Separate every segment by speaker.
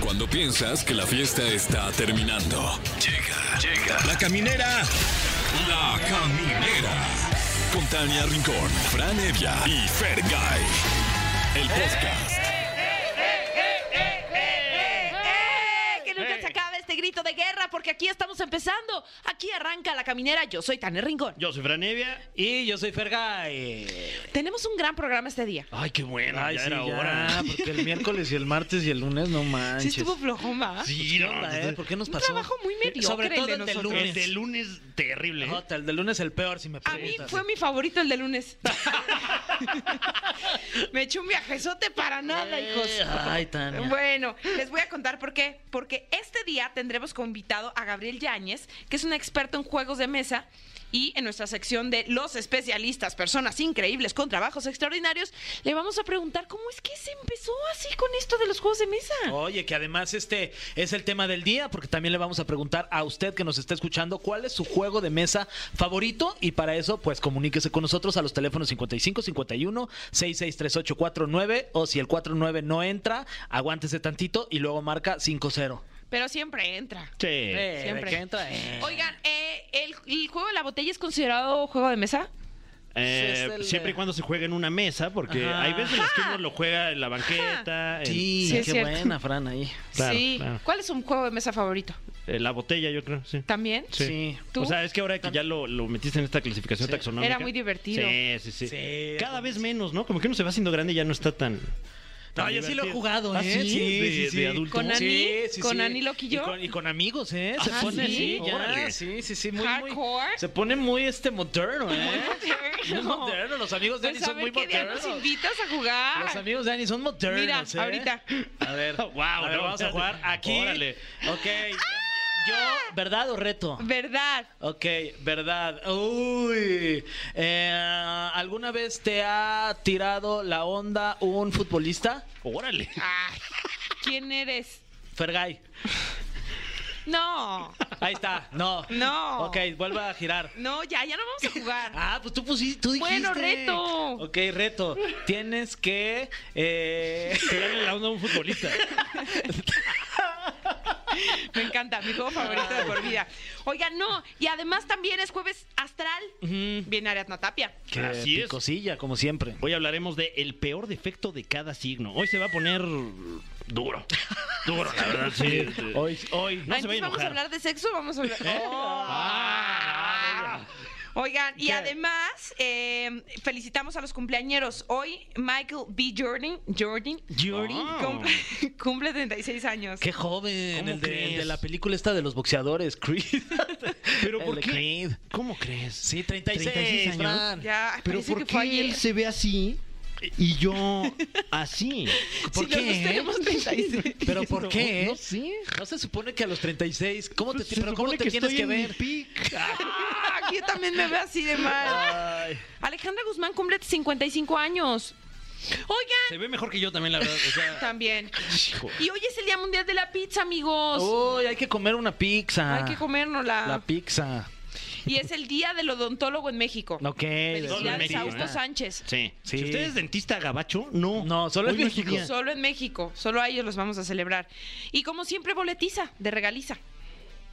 Speaker 1: Cuando piensas que la fiesta está terminando. Llega, llega. La caminera. La caminera. Con Tania Rincón, Fran Evia y Fergay. El podcast.
Speaker 2: ¡Eh! Que nunca se acabe este grito de guerra porque aquí estamos empezando. Aquí arranca la caminera. Yo soy Tania Rincón.
Speaker 3: Yo soy Franevia.
Speaker 4: Y yo soy Fergay.
Speaker 2: Tenemos un gran programa este día.
Speaker 3: Ay, qué bueno,
Speaker 4: Ay,
Speaker 3: ya
Speaker 4: sí,
Speaker 3: era
Speaker 4: ya, Pues,
Speaker 3: hora.
Speaker 4: Porque el miércoles y el martes y el lunes no
Speaker 2: Sí
Speaker 4: manches.
Speaker 2: estuvo flojoma.
Speaker 3: Sí, no, este
Speaker 4: Onda, ¿eh? ¿Por qué nos
Speaker 2: Un
Speaker 4: pasó?
Speaker 2: trabajo muy mediocre
Speaker 4: Sobre todo
Speaker 2: de
Speaker 4: el del
Speaker 2: nosotros.
Speaker 3: El
Speaker 4: lunes.
Speaker 3: de lunes terrible. ¿eh?
Speaker 4: Jota, el del lunes el peor, si me
Speaker 2: A mí
Speaker 4: preguntas.
Speaker 2: fue mi favorito el de lunes. Me eché un viajezote para nada, hijos.
Speaker 4: Eh, Ay, Tania.
Speaker 2: Bueno, les voy a contar por qué. Porque este día tendremos como invitado a Gabriel Yáñez, que es un experto en juegos de mesa. Y en nuestra sección de los especialistas, personas increíbles con trabajos extraordinarios, le vamos a preguntar cómo es que se empezó así con esto de los juegos de mesa.
Speaker 4: Oye, que además este es el tema del día, porque también le vamos a preguntar a usted que nos está escuchando cuál es su juego de mesa favorito. Y para eso, pues comuníquese con nosotros a los teléfonos 55 51 663849 o si el 49 no entra, aguántese tantito y luego marca 50.
Speaker 2: Pero siempre entra.
Speaker 3: Sí.
Speaker 4: Eh, de
Speaker 2: Siempre.
Speaker 4: que entra, eh.
Speaker 2: Oigan, eh, ¿el, el juego de la botella es considerado juego de mesa?
Speaker 3: Eh,
Speaker 4: Sí, es el-
Speaker 3: siempre y cuando se juegue en una mesa, porque
Speaker 4: Ajá.
Speaker 3: hay veces en las que uno lo juega en la banqueta, en,
Speaker 4: Sí,
Speaker 2: Sí, es
Speaker 4: qué
Speaker 2: cierto.
Speaker 4: buena, Fran, ahí.
Speaker 3: Claro,
Speaker 2: sí.
Speaker 3: claro.
Speaker 2: ¿Cuál es un juego de mesa favorito?
Speaker 3: en la botella, yo creo. Sí.
Speaker 2: ¿También?
Speaker 3: Sí.
Speaker 4: Sí.
Speaker 2: ¿Tú?
Speaker 3: O sea, es que ahora que ya lo, lo metiste en esta clasificación
Speaker 4: Sí.
Speaker 3: taxonómica.
Speaker 2: Era muy divertido.
Speaker 3: Sí, sí, sí.
Speaker 4: Sí,
Speaker 3: Cada
Speaker 4: era
Speaker 3: vez menos, ¿no? Como que uno se va haciendo grande y ya no está tan.
Speaker 4: No,
Speaker 3: tan
Speaker 4: yo sí lo he
Speaker 3: divertido.
Speaker 4: jugado, ¿eh?
Speaker 3: ¿Ah, sí?
Speaker 4: sí,
Speaker 3: De-
Speaker 4: sí, sí.
Speaker 3: de adulto.
Speaker 2: Con Ani, con Ani Loquillo.
Speaker 4: Y con, y con amigos, ¿eh? Se
Speaker 2: Ah,
Speaker 4: pone
Speaker 2: ¿sí?
Speaker 4: así, ya,
Speaker 3: Órale.
Speaker 4: sí, sí, sí, muy, muy-
Speaker 2: Hardcore.
Speaker 4: Se pone muy este moderno, ¿eh? Muy moderno, los amigos de Ani
Speaker 2: Pues a
Speaker 4: son muy
Speaker 2: ver qué día nos
Speaker 4: modernos.
Speaker 2: invitas a
Speaker 4: Los
Speaker 2: jugar.
Speaker 4: amigos de Ani son modernos,
Speaker 2: Mira,
Speaker 4: ¿eh?
Speaker 2: ahorita.
Speaker 4: A ver,
Speaker 3: Wow,
Speaker 4: a ver,
Speaker 3: no,
Speaker 4: vamos a jugar aquí.
Speaker 3: Órale.
Speaker 4: Ok. Yo, ¿verdad o reto?
Speaker 2: ¿Verdad?
Speaker 4: Ok, verdad. Uy. Eh, ¿Alguna vez te ha tirado la onda un futbolista?
Speaker 3: Órale.
Speaker 2: Ay, ¿Quién eres?
Speaker 4: Fergay.
Speaker 2: No.
Speaker 4: Ahí está. No.
Speaker 2: No.
Speaker 4: Ok, vuelva a girar.
Speaker 2: No, ya, ya no vamos a jugar.
Speaker 4: Ah, pues tú pusiste, tú dijiste.
Speaker 2: Bueno, reto.
Speaker 4: Ok, reto. Tienes que... eh,
Speaker 3: Tirarle la onda a un futbolista.
Speaker 2: Me encanta, mi juego favorito de por vida. Oigan, no. Y además también es jueves astral.
Speaker 4: ujú,
Speaker 2: Viene Ariadna Tapia.
Speaker 3: Que Así es.
Speaker 4: Picosilla, como siempre.
Speaker 3: Hoy hablaremos de el peor defecto de cada signo. Hoy se va a poner duro. Duro, la verdad, sí.
Speaker 4: Hoy-
Speaker 3: hoy. No
Speaker 2: Ah,
Speaker 3: se va a
Speaker 2: entonces vamos a
Speaker 3: enojar. ¿Eh?
Speaker 2: hablar de sexo, vamos a hablar. Oh.
Speaker 3: Ah.
Speaker 2: Oigan, y
Speaker 4: ¿Qué?
Speaker 2: además eh, felicitamos a los cumpleañeros. Hoy Michael B. Jordan, Jordan
Speaker 4: Yuri.
Speaker 3: Ah.
Speaker 2: cumple, cumple 36 años.
Speaker 4: Qué joven.
Speaker 3: ¿Cómo
Speaker 4: El de,
Speaker 3: crees?
Speaker 4: el de la película esta de los boxeadores, Creed.
Speaker 3: Pero
Speaker 4: El
Speaker 3: ¿por
Speaker 4: de
Speaker 3: qué?
Speaker 4: Creed.
Speaker 3: ¿Cómo crees?
Speaker 4: Sí, 36,
Speaker 3: 36 años.
Speaker 4: Fran.
Speaker 2: Ya,
Speaker 3: Pero
Speaker 2: parece
Speaker 3: ¿por
Speaker 2: que fue
Speaker 3: qué
Speaker 2: ayer.
Speaker 3: él se ve así y yo así?
Speaker 4: ¿Por
Speaker 2: Si
Speaker 4: qué?
Speaker 3: eh?
Speaker 4: eh?
Speaker 2: los dos tenemos 36.
Speaker 4: ¿Pero por
Speaker 3: No,
Speaker 4: qué?
Speaker 3: No sé.
Speaker 4: No se supone que a los 36, ¿cómo te,
Speaker 3: Pues se
Speaker 4: pero ¿cómo
Speaker 3: supone
Speaker 4: te tienes
Speaker 3: estoy
Speaker 4: que
Speaker 3: en mi
Speaker 4: ver?
Speaker 3: peak.
Speaker 2: Ah, que yo también me veo así de
Speaker 3: Ah.
Speaker 2: mal.
Speaker 4: Ay,
Speaker 2: Alejandra Guzmán cumple 55 años. Oigan,
Speaker 3: Se ve mejor que yo también, la verdad. O sea,
Speaker 2: también.
Speaker 3: hijo.
Speaker 2: Y hoy es el Día Mundial de la Pizza, amigos.
Speaker 3: Oh.
Speaker 4: Uy, hay que comer una pizza.
Speaker 3: Ah,
Speaker 2: Hay que comérnosla.
Speaker 4: La pizza.
Speaker 2: Y es el Día del Odontólogo en México.
Speaker 4: Ok.
Speaker 3: Solo en
Speaker 2: Felicidades
Speaker 3: México,
Speaker 2: a Augusto
Speaker 3: ¿eh?
Speaker 2: Sánchez.
Speaker 3: Sí.
Speaker 4: Sí.
Speaker 3: Si usted es dentista gabacho, no.
Speaker 4: No, solo
Speaker 3: Hoy
Speaker 4: en
Speaker 3: no es su
Speaker 4: México.
Speaker 3: día.
Speaker 2: Solo en México, solo a ellos los vamos a celebrar. Y como siempre, boletiza, de regaliza.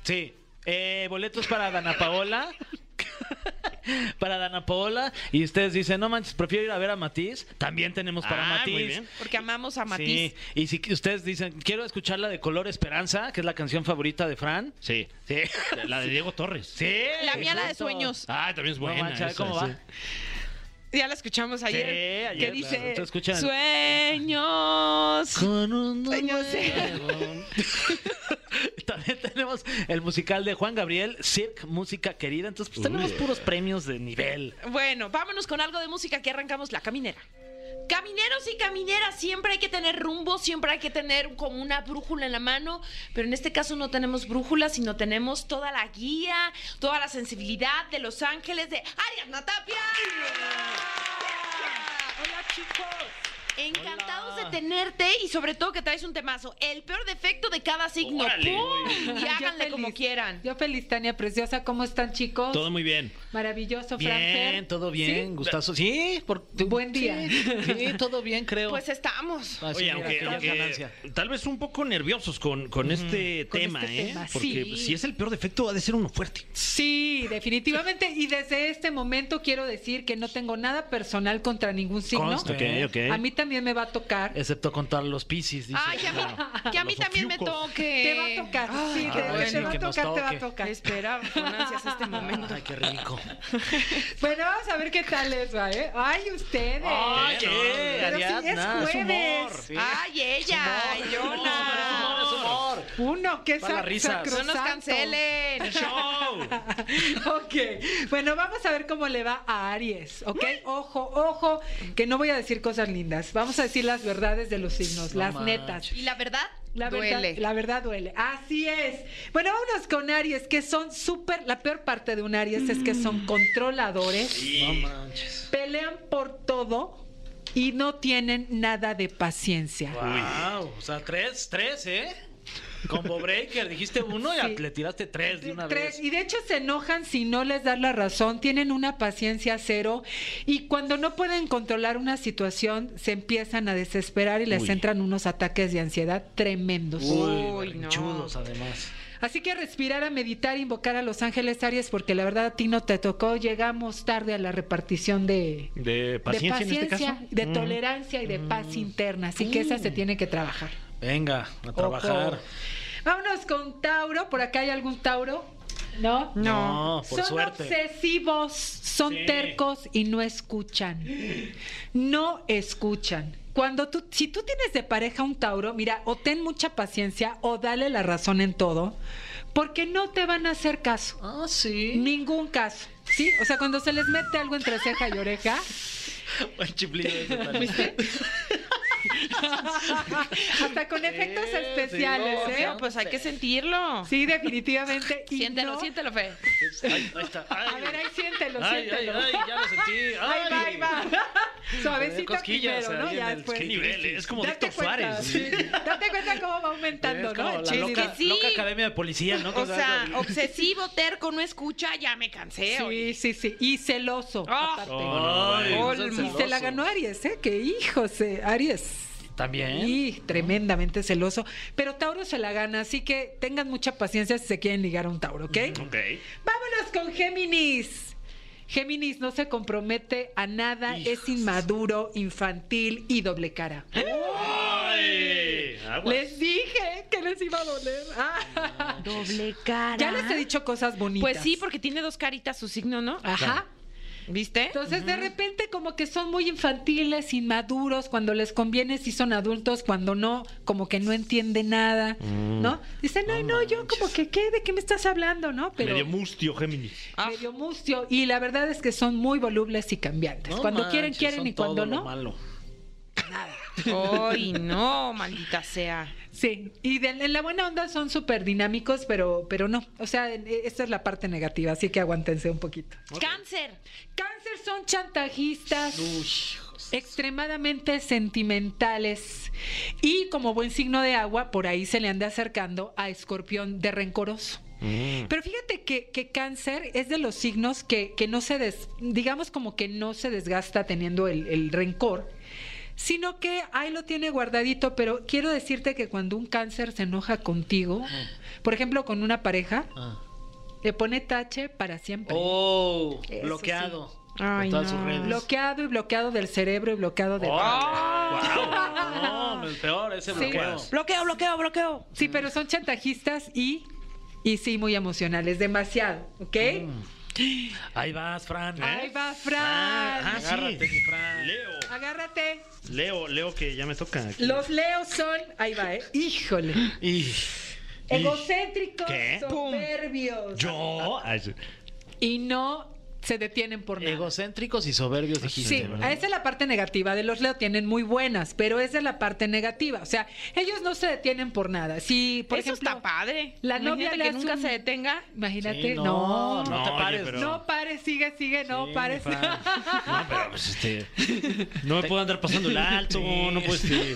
Speaker 4: Sí. Eh, boletos para Dana Paola. para Dana Paola. Y ustedes dicen, no manches, prefiero ir a ver a Matiz. También tenemos para
Speaker 3: Ah,
Speaker 4: Matiz.
Speaker 3: muy bien.
Speaker 2: Porque amamos a Matiz.
Speaker 4: Sí. Y si ustedes dicen, quiero escuchar la de Color Esperanza, que es la canción favorita de Fran.
Speaker 3: Sí.
Speaker 4: Sí.
Speaker 3: La de Diego Torres.
Speaker 4: Sí.
Speaker 2: La mía, la de
Speaker 4: Exacto.
Speaker 2: sueños.
Speaker 3: Ah, también es
Speaker 4: No
Speaker 3: buena.
Speaker 4: manches,
Speaker 3: esa,
Speaker 4: ¿cómo va?
Speaker 3: sí.
Speaker 2: Ya la escuchamos ayer.
Speaker 4: Sí, ayer,
Speaker 2: que
Speaker 4: claro.
Speaker 2: dice
Speaker 4: Entonces, escuchan.
Speaker 2: sueños.
Speaker 4: Con un
Speaker 2: Sueños.
Speaker 4: También tenemos el musical de Juan Gabriel, Cirque Música Querida. Entonces, pues tenemos puros premios de nivel.
Speaker 2: Bueno, vámonos con algo de música que arrancamos la caminera. Camineros y camineras, siempre hay que tener rumbo, siempre hay que tener como una brújula en la mano, pero en este caso no tenemos brújula, sino tenemos toda la guía, toda la sensibilidad de Los Ángeles de Arias Natapia. Hola chicos. Encantados de tenerte y sobre todo que traes un temazo. El peor defecto de cada signo.
Speaker 3: Órale.
Speaker 2: ¡Pum! Y
Speaker 5: Yo
Speaker 2: háganle
Speaker 5: feliz.
Speaker 2: como quieran.
Speaker 5: Yo feliz, Tania Preciosa. ¿Cómo están, chicos?
Speaker 3: Todo muy bien.
Speaker 5: Maravilloso,
Speaker 4: Bien,
Speaker 5: Franfer.
Speaker 4: todo bien, gustazo. Sí, por-
Speaker 5: Buen día.
Speaker 4: Sí, sí, todo bien, creo.
Speaker 2: Pues estamos.
Speaker 4: Así,
Speaker 3: Oye,
Speaker 4: mira,
Speaker 3: aunque,
Speaker 4: qué ganancia.
Speaker 3: aunque tal vez un poco nerviosos con, con este
Speaker 5: Con
Speaker 3: tema,
Speaker 5: este
Speaker 3: ¿eh?
Speaker 5: tema,
Speaker 3: Porque
Speaker 5: sí.
Speaker 3: si es el peor defecto, ha de ser uno fuerte.
Speaker 5: Sí, definitivamente. Y desde este momento quiero decir que no tengo nada personal contra ningún signo.
Speaker 4: Conste. Ok,
Speaker 5: A mí también me va a tocar.
Speaker 4: Excepto contar los piscis, dice.
Speaker 2: Ay, que a mí, que a mí
Speaker 3: Los
Speaker 2: también me
Speaker 3: ofiucos.
Speaker 2: toque.
Speaker 5: Te va a tocar. sí,
Speaker 4: ah, bueno,
Speaker 5: te, te va
Speaker 4: que
Speaker 5: a
Speaker 4: nos
Speaker 5: tocar, te va
Speaker 4: toque.
Speaker 5: a tocar.
Speaker 2: Espera con ansias este momento.
Speaker 4: Ay, qué rico.
Speaker 5: Bueno, vamos a ver qué tal les va, ¿eh? Ay, ustedes.
Speaker 2: Ah.
Speaker 4: Ay,
Speaker 3: Bueno,
Speaker 4: eh,
Speaker 5: pero si es
Speaker 4: Ariadna.
Speaker 5: jueves. Ah,
Speaker 4: humor. sí.
Speaker 2: Ay, ella, ay,
Speaker 4: No, pero es humor,
Speaker 2: Jonah.
Speaker 4: es humor.
Speaker 5: Uno, que es
Speaker 4: Para las risas.
Speaker 2: No
Speaker 5: sacrosanto.
Speaker 2: nos cancelen.
Speaker 3: ¡Show!
Speaker 5: Ok, bueno, vamos a ver cómo le va a Aries, ¿ok? Ojo, ojo, que no voy a decir cosas lindas. Vamos a decir las verdades de los signos,
Speaker 4: No
Speaker 5: las
Speaker 4: manches.
Speaker 5: netas.
Speaker 2: Y la verdad,
Speaker 5: La verdad,
Speaker 2: duele.
Speaker 5: la verdad duele. Así es. Bueno, vámonos con Aries, que son súper. La peor parte de un Aries es que
Speaker 4: Mm.
Speaker 5: son controladores,
Speaker 4: No manches.
Speaker 5: pelean por todo y no tienen nada de paciencia.
Speaker 4: Wow, o sea, tres, tres, ¿eh? Combo breaker, dijiste uno y
Speaker 5: Sí.
Speaker 4: le tiraste tres de una
Speaker 5: Tres,
Speaker 4: vez.
Speaker 5: Y de hecho se enojan si no les das la razón, tienen una paciencia cero y cuando no pueden controlar una situación se empiezan a desesperar y les
Speaker 3: Uy.
Speaker 5: entran unos ataques de ansiedad tremendos.
Speaker 2: Uy, no.
Speaker 4: berrinchudos, además.
Speaker 5: Así que respirar, a meditar, invocar a los ángeles Aries porque la verdad a ti no te tocó, llegamos tarde a la repartición de...
Speaker 3: De
Speaker 5: de
Speaker 3: paciencia, en este
Speaker 5: paciencia,
Speaker 3: caso.
Speaker 5: de
Speaker 3: Mm.
Speaker 5: tolerancia y de paz interna. Así que esa se tiene que trabajar.
Speaker 4: Venga, a trabajar.
Speaker 5: Ojo. Vámonos con Tauro. Por acá hay algún Tauro. ¿No?
Speaker 4: No, por
Speaker 5: son
Speaker 4: suerte.
Speaker 5: obsesivos, son
Speaker 4: Sí.
Speaker 5: tercos y no escuchan. No escuchan. Cuando tú, si tú tienes de pareja un Tauro, mira, o ten mucha paciencia o dale la razón en todo, porque no te van a hacer caso.
Speaker 4: Ah, sí.
Speaker 5: Ningún caso. ¿Sí? O sea, cuando se les mete algo entre ceja y oreja,
Speaker 4: Buen chiflido ese también.
Speaker 5: hasta con efectos
Speaker 4: Sí,
Speaker 5: especiales,
Speaker 4: sí,
Speaker 5: ¿eh?
Speaker 2: Pero, pues hay que sentirlo.
Speaker 5: Sí, definitivamente. Y
Speaker 2: siéntelo,
Speaker 5: no-
Speaker 2: siéntelo, Fe.
Speaker 4: Ay, ahí está. Ay.
Speaker 5: A ver, ahí siéntelo,
Speaker 4: Ay, ay,
Speaker 5: siéntelo.
Speaker 4: ay, ya lo sentí. Ay.
Speaker 5: Ahí va, ahí va. Suavecito
Speaker 4: Cosquillas
Speaker 5: primero, ¿no?
Speaker 4: ahí en
Speaker 5: Ya
Speaker 4: el-
Speaker 5: después.
Speaker 3: Qué nivel, es como
Speaker 5: Date
Speaker 3: Víctor
Speaker 5: cuenta,
Speaker 3: Suárez.
Speaker 5: sí. Date cuenta cómo va aumentando,
Speaker 4: Es como
Speaker 5: ¿no?
Speaker 4: la
Speaker 5: Sí,
Speaker 4: loca,
Speaker 2: que sí.
Speaker 4: loca academia de policía, ¿no?
Speaker 2: O sea, obsesivo, terco, no escucha, ya me cansé. oye.
Speaker 5: Sí, sí, sí. Y celoso.
Speaker 2: Ah.
Speaker 5: aparte.
Speaker 3: Ay,
Speaker 4: Ay, no seas
Speaker 5: Y se la
Speaker 4: celoso.
Speaker 5: ganó Aries, ¿eh? Que hijos, eh, Aries.
Speaker 4: También.
Speaker 5: Y tremendamente celoso. Pero Tauro se la gana, así que tengan mucha paciencia si se quieren ligar a un Tauro, ¿ok?
Speaker 3: Ok.
Speaker 5: Vámonos con Géminis. Géminis no se compromete a nada, es inmaduro, infantil y doble cara.
Speaker 3: Ay, aguas.
Speaker 5: Les dije que les iba a doler. Ah,
Speaker 2: Doble cara.
Speaker 5: ya les he dicho cosas bonitas.
Speaker 2: Pues sí, porque tiene dos caritas su signo, ¿no?
Speaker 5: Ajá.
Speaker 2: ¿Viste?
Speaker 5: Entonces, de repente, como que son muy infantiles, inmaduros, cuando les conviene, si son adultos, cuando no, como que no entiende nada, ¿no? Dicen, ay, no, yo como que, ¿qué? ¿De qué me estás hablando, no? Pero
Speaker 3: Medio mustio, Géminis.
Speaker 2: Ah.
Speaker 5: medio mustio. Y la verdad es que son muy volubles y cambiantes.
Speaker 4: No
Speaker 5: pues cuando quieren,
Speaker 4: manches,
Speaker 5: quieren
Speaker 4: son
Speaker 5: y cuando
Speaker 4: todo lo
Speaker 5: no,
Speaker 4: malo.
Speaker 2: Ay, no, maldita sea.
Speaker 5: Sí, y de- en la buena onda son súper dinámicos, pero, pero no. O sea, en- eh, esta es la parte negativa, así que aguántense un poquito.
Speaker 2: Cáncer.
Speaker 5: Cáncer son chantajistas,
Speaker 4: Uy, hijos.
Speaker 5: extremadamente sentimentales. Y como buen signo de agua, por ahí se le anda acercando a escorpión de rencoroso. Pero fíjate que, que cáncer es de los signos que, que no se des, digamos como que no se desgasta teniendo el, el rencor, sino que ahí lo tiene guardadito, pero quiero decirte que cuando un cáncer se enoja contigo, por ejemplo con una pareja,
Speaker 4: Ah.
Speaker 5: le pone tache para siempre.
Speaker 4: Oh,
Speaker 5: Eso
Speaker 4: bloqueado.
Speaker 2: Ay,
Speaker 4: en todas
Speaker 2: no.
Speaker 4: sus redes.
Speaker 5: Bloqueado y bloqueado del cerebro y bloqueado del...
Speaker 3: Oh.
Speaker 4: Guau. No, el peor, ese bloqueo.
Speaker 2: Bloqueo, bloqueo, bloqueo.
Speaker 5: Sí, pero son chantajistas y, y sí, muy emocionales, demasiado, ¿ok?
Speaker 4: Ahí vas, Fran. ¿eh?
Speaker 5: Ahí va Fran.
Speaker 3: Ah, ah, sí.
Speaker 4: Agárrate, mi Fran.
Speaker 3: Leo,
Speaker 5: Agárrate.
Speaker 3: Leo, Leo, que ya me toca. aquí.
Speaker 5: Los leos son, ahí va, ¿eh? Híjole.
Speaker 4: Y-
Speaker 5: Egocéntricos,
Speaker 3: ¿Qué?
Speaker 5: soberbios.
Speaker 3: Yo. Ay, sí.
Speaker 5: Y no se detienen por nada.
Speaker 4: Egocéntricos y soberbios dijiste,
Speaker 5: Sí,
Speaker 4: ¿verdad?
Speaker 5: esa es la parte negativa de los Leo, tienen muy buenas, pero esa es la parte negativa. O sea, ellos no se detienen por nada. Si, por
Speaker 2: Eso
Speaker 5: ejemplo,
Speaker 2: está padre.
Speaker 5: la
Speaker 2: Imagínate
Speaker 5: novia le
Speaker 2: que
Speaker 5: hace
Speaker 2: nunca
Speaker 5: un-
Speaker 2: se detenga.
Speaker 5: Imagínate,
Speaker 4: Sí, no,
Speaker 5: no, no,
Speaker 4: te
Speaker 3: oye,
Speaker 4: pares.
Speaker 3: pero-
Speaker 5: pares, sigue, sigue, no
Speaker 3: Sí,
Speaker 5: pares.
Speaker 3: mi fan. No, pero pues este. No me puedo andar pasando el alto,
Speaker 4: Sí.
Speaker 3: no puedo este.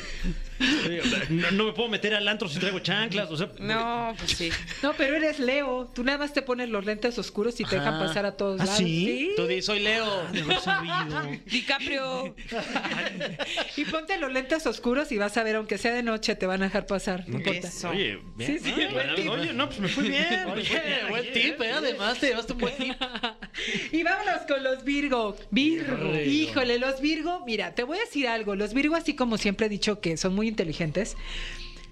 Speaker 3: No, no me puedo meter al antro si traigo chanclas, o sea.
Speaker 2: No, pues sí.
Speaker 5: No, pero eres Leo, tú nada más te pones los lentes oscuros y te dejan
Speaker 4: Ajá.
Speaker 5: pasar a todos
Speaker 3: ¿Ah,
Speaker 5: lados.
Speaker 3: sí?
Speaker 4: Tú di, soy Leo.
Speaker 3: No lo he sabido.
Speaker 2: DiCaprio.
Speaker 5: Y ponte los lentes oscuros y vas a ver, aunque sea de noche, te van a dejar pasar. No importa.
Speaker 2: Eso.
Speaker 3: Oye, bien.
Speaker 5: Sí, sí,
Speaker 3: Ah,
Speaker 5: buen
Speaker 3: bueno,
Speaker 5: tip.
Speaker 3: oye, no, pues me fue bien. me fue
Speaker 4: Oye,
Speaker 3: bien.
Speaker 4: buen tip, ¿eh? Además te llevaste un buen tip.
Speaker 5: Y vámonos con los Virgo. Virgo.
Speaker 4: Virgo.
Speaker 5: Híjole, los Virgo, mira, te voy a decir algo. Los Virgo, así como siempre he dicho que son muy inteligentes,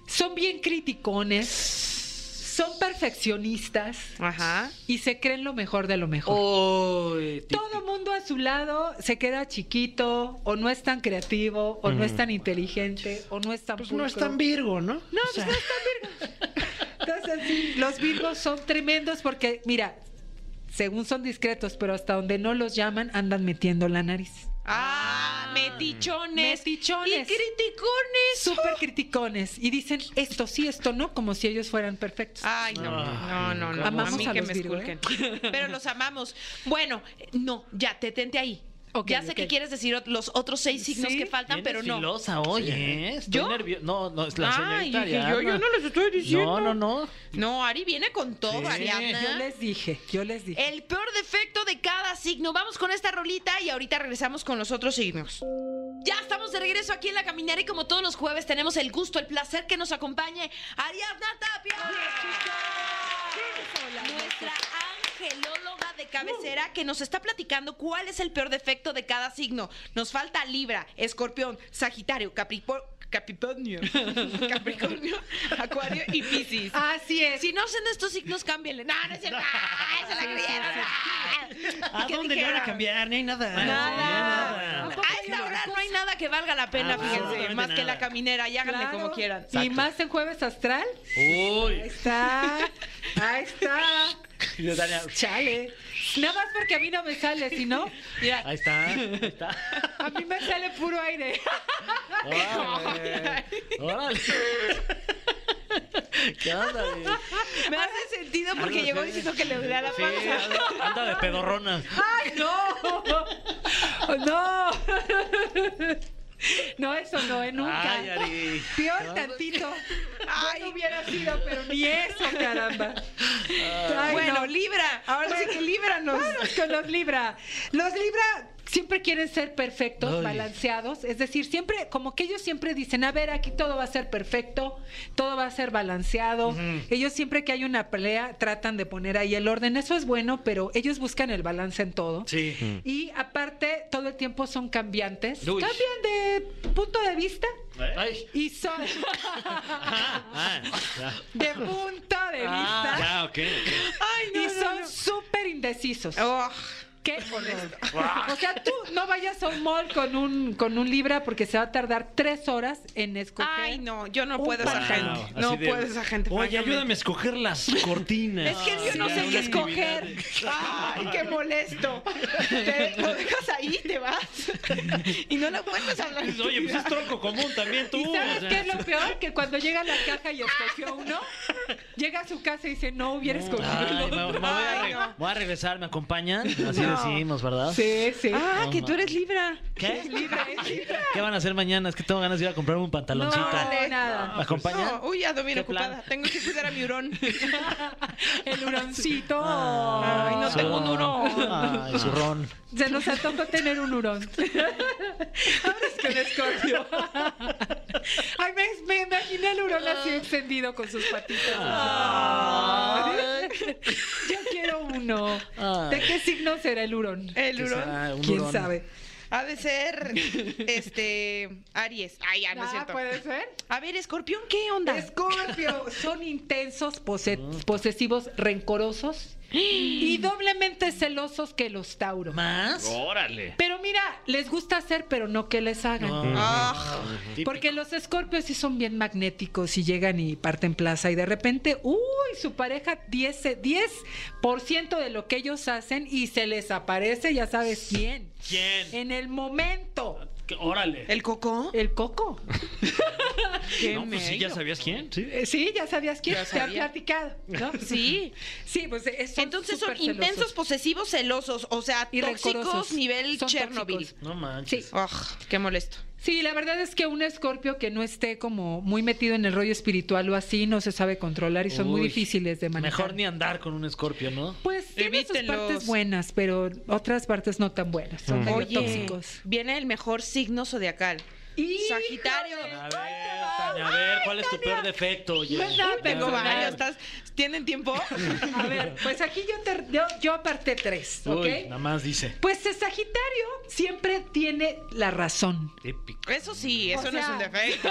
Speaker 5: son bien criticones, son perfeccionistas
Speaker 2: Ajá.
Speaker 5: y se creen lo mejor de lo mejor. Todo mundo a su lado se queda chiquito, o no es tan creativo, o no es tan inteligente, o no es tan
Speaker 3: Pues no es
Speaker 5: pulcro.
Speaker 3: tan virgo, ¿no?
Speaker 5: No, pues no están virgos. Entonces, sí, los virgos son tremendos porque, mira, según son discretos, pero hasta donde no los llaman, andan metiendo la nariz.
Speaker 2: Ah, metichones.
Speaker 5: Metichones.
Speaker 2: Y criticones.
Speaker 5: Súper criticones. Y dicen esto sí, esto no, como si ellos fueran perfectos.
Speaker 2: Ay, no, no, no, no.
Speaker 5: Amamos
Speaker 2: a mí
Speaker 5: a
Speaker 2: que
Speaker 5: los
Speaker 2: me
Speaker 5: Virgo, ¿eh?
Speaker 2: esculquen. Pero los amamos. Bueno, eh, no, ya, detente ahí.
Speaker 5: Ok,
Speaker 2: ya sé
Speaker 5: ok.
Speaker 2: que quieres decir ot- los otros seis signos
Speaker 5: Sí,
Speaker 2: que faltan, pero
Speaker 4: Vienes
Speaker 2: no.
Speaker 4: filosa hoy, ¿eh? Estoy
Speaker 2: ¿Yo?
Speaker 4: nervioso. No, no, es la
Speaker 2: Ay,
Speaker 4: señorita
Speaker 2: dije, yo,
Speaker 4: Ariadna.
Speaker 2: yo no les estoy diciendo.
Speaker 4: No, no, no.
Speaker 2: No, Eh, Ari viene con todo,
Speaker 4: Sí.
Speaker 5: Yo
Speaker 2: Ariadna.
Speaker 5: les dije, yo les dije.
Speaker 2: El peor defecto de cada signo. Vamos con esta rolita y ahorita regresamos con los otros signos. Ya estamos de regreso aquí en La Caminera y como todos los jueves tenemos el gusto, el placer que nos acompañe Ariadna Tapia. Nuestra angelóloga de cabecera que nos está platicando cuál es el peor defecto de cada signo. Nos falta Libra, Escorpión, Sagitario, Capricornio, Capricornio, Capricornio, Acuario y Piscis.
Speaker 5: Así es.
Speaker 2: Si no son estos signos, cámbienle. No, no es cierto. ¡Ah, se la creyeron!
Speaker 3: ¿A dónde le van a cambiar? No hay
Speaker 2: Nada.
Speaker 3: nada. No hay nada.
Speaker 2: A esta hora no hay nada que valga la pena,
Speaker 3: Ah,
Speaker 2: fíjense.
Speaker 3: absolutamente
Speaker 2: Más que
Speaker 3: nada.
Speaker 2: la caminera. Y háganle
Speaker 5: Claro.
Speaker 2: como quieran.
Speaker 5: Y más en jueves astral. Ahí
Speaker 4: Uy.
Speaker 5: está. Ahí está.
Speaker 4: Ariadna,
Speaker 5: Chale. Nada más porque a mí no me sale, si no, mira,
Speaker 4: Ahí está. Ahí está.
Speaker 5: a mí me sale puro aire.
Speaker 4: Órale. Órale. ¿Qué onda, güey?
Speaker 2: Me hace sentido porque
Speaker 4: Algo
Speaker 2: llegó
Speaker 4: Ah, sé.
Speaker 2: diciendo que le dolía la
Speaker 4: Sí,
Speaker 2: panza.
Speaker 4: anda- anda de pedorrona.
Speaker 5: ¡Ay, no! ¡No! No, eso no, ¿eh? Nunca.
Speaker 4: Ay, Ari.
Speaker 5: Peor tantito. Ay, hubiera sido, pero ni eso, caramba. Ay,
Speaker 2: Bueno,
Speaker 5: no.
Speaker 2: Libra.
Speaker 5: Ahora sí que líbranos. con los Libra. Los Libra siempre quieren ser perfectos,
Speaker 4: Ay.
Speaker 5: balanceados. Es decir, siempre, como que ellos siempre dicen, a ver, aquí todo va a ser perfecto, todo va a ser balanceado. Ellos siempre que hay una pelea tratan de poner ahí el orden. Eso es bueno, pero ellos buscan el balance en todo.
Speaker 4: Sí.
Speaker 5: Y aparte, todo el tiempo son cambiantes.
Speaker 4: Uy.
Speaker 5: Cambian de punto de vista
Speaker 4: Ay.
Speaker 5: y son
Speaker 4: Ah, ya.
Speaker 5: de punto de
Speaker 4: Ah,
Speaker 5: vista.
Speaker 4: ya, ok. ok.
Speaker 2: Ay,
Speaker 5: Y son súper indecisos.
Speaker 2: Oh,
Speaker 5: Qué horror. O sea, tú no vayas a un mall con un, con un Libra porque se va a tardar tres horas en escoger.
Speaker 2: Ay, no, yo no
Speaker 5: Un
Speaker 2: puedo esa
Speaker 5: pantalón.
Speaker 2: gente.
Speaker 3: Así
Speaker 2: No
Speaker 3: de-
Speaker 2: puedo esa gente.
Speaker 3: Oye,
Speaker 2: francamente.
Speaker 3: ayúdame a escoger las
Speaker 2: Es
Speaker 3: cortinas.
Speaker 2: que yo no
Speaker 5: Sí,
Speaker 2: sé qué
Speaker 5: una
Speaker 2: escoger. Ay, qué molesto. Te, lo dejas ahí, te vas. Y no lo vuelves a hablar. en tu
Speaker 3: Oye, pues
Speaker 2: vida.
Speaker 3: es tronco común también tú.
Speaker 5: ¿Y
Speaker 3: o
Speaker 5: sabes
Speaker 3: sea.
Speaker 5: qué es lo peor? Que cuando llega a la caja y escogió uno, llega a su casa y dice, no hubiera escogido el
Speaker 4: Ay, me, me
Speaker 5: otro.
Speaker 4: voy a
Speaker 2: Ay,
Speaker 4: re-
Speaker 2: no.
Speaker 4: voy a regresar, ¿me acompañan? Así
Speaker 2: No.
Speaker 4: decidimos, ¿verdad?
Speaker 5: Sí, sí.
Speaker 2: Ah, que tú eres Libra.
Speaker 5: Es Libra, es Libra.
Speaker 4: ¿Qué van a hacer mañana? Es que tengo ganas de ir a comprarme un
Speaker 5: No,
Speaker 4: pantaloncita.
Speaker 2: Vale.
Speaker 5: nada.
Speaker 4: ¿Me acompañan?
Speaker 2: No, uy, ando bien
Speaker 4: ¿Qué plan?
Speaker 2: ocupada. Tengo que cuidar a mi hurón.
Speaker 5: El hurancito.
Speaker 2: Ay, no
Speaker 4: su-
Speaker 2: tengo un duro.
Speaker 4: Ay, zurrón.
Speaker 5: Se nos antojó tener un hurón. Ahora es que un escorpio. Ay, me, me imaginé el hurón así
Speaker 2: Ah.
Speaker 5: extendido con sus patitas. Ay. Yo quiero uno.
Speaker 4: Ay.
Speaker 2: Ah.
Speaker 5: ¿De qué signo será el hurón?
Speaker 2: El
Speaker 4: Que
Speaker 2: hurón.
Speaker 4: sea Ah, un
Speaker 5: ¿Quién
Speaker 4: hurón.
Speaker 5: sabe?
Speaker 2: Ha de ser este Aries. Ay, ya, no es
Speaker 5: Ah,
Speaker 2: cierto.
Speaker 5: puede ser.
Speaker 2: A ver, escorpión, ¿qué onda?
Speaker 5: Escorpio, son intensos, pose-
Speaker 4: Ah.
Speaker 5: posesivos, rencorosos y doblemente celosos que los Tauro.
Speaker 4: ¿Más?
Speaker 3: Órale.
Speaker 5: Pero mira, les gusta hacer, pero no que les hagan.
Speaker 4: Mm.
Speaker 2: Ah,
Speaker 5: Porque los escorpios sí son bien magnéticos y llegan y parten plaza y de repente, uy, su pareja 10, se- 10% de lo que ellos hacen y se les aparece, ya sabes quién.
Speaker 4: ¿Quién?
Speaker 5: En el momento,
Speaker 4: ¿Qué? Órale.
Speaker 2: ¿El coco?
Speaker 5: el coco.
Speaker 2: Qué
Speaker 3: No, pues sí, ya
Speaker 2: mello.
Speaker 3: sabías quién. Sí.
Speaker 5: Eh, Sí, ya sabías quién,
Speaker 2: Ya
Speaker 5: te
Speaker 2: sabía.
Speaker 5: ha platicado, ¿no?
Speaker 2: Sí.
Speaker 5: Sí, pues eh, son
Speaker 2: Entonces son
Speaker 5: supercelosos.
Speaker 2: intensos, posesivos, celosos, o sea,
Speaker 5: Y
Speaker 2: tóxicos
Speaker 5: rencorosos.
Speaker 2: nivel
Speaker 5: Son
Speaker 2: Chernobyl.
Speaker 5: tóxicos.
Speaker 4: No
Speaker 5: Sí.
Speaker 4: manches.
Speaker 2: Ugh, qué molesto.
Speaker 5: Sí, la verdad es que un escorpio que no esté como muy metido en el rollo espiritual o así, no se sabe controlar y son muy
Speaker 4: Uy,
Speaker 5: difíciles de manejar.
Speaker 4: Mejor ni andar con un escorpio, ¿no?
Speaker 5: Pues tiene sus
Speaker 2: Evítenlos.
Speaker 5: partes buenas, pero otras partes no tan buenas. Son medio
Speaker 2: Oye,
Speaker 5: tóxicos.
Speaker 2: viene el mejor signo zodiacal. Sagitario.
Speaker 4: A ver, Tania, a ver, ¿cuál es tu peor defecto? Oye?
Speaker 5: No es nada
Speaker 4: Ya.
Speaker 2: Tengo
Speaker 5: personal.
Speaker 2: varios. ¿Estás... ¿Tienen tiempo?
Speaker 5: A ver, pues aquí yo, te- yo, yo aparté tres, ¿ok?
Speaker 4: Uy, nada más dice.
Speaker 5: Pues el Sagitario siempre tiene la razón.
Speaker 3: Típico.
Speaker 2: Eso sí,
Speaker 5: O
Speaker 2: eso no es
Speaker 5: sea-
Speaker 2: un defecto.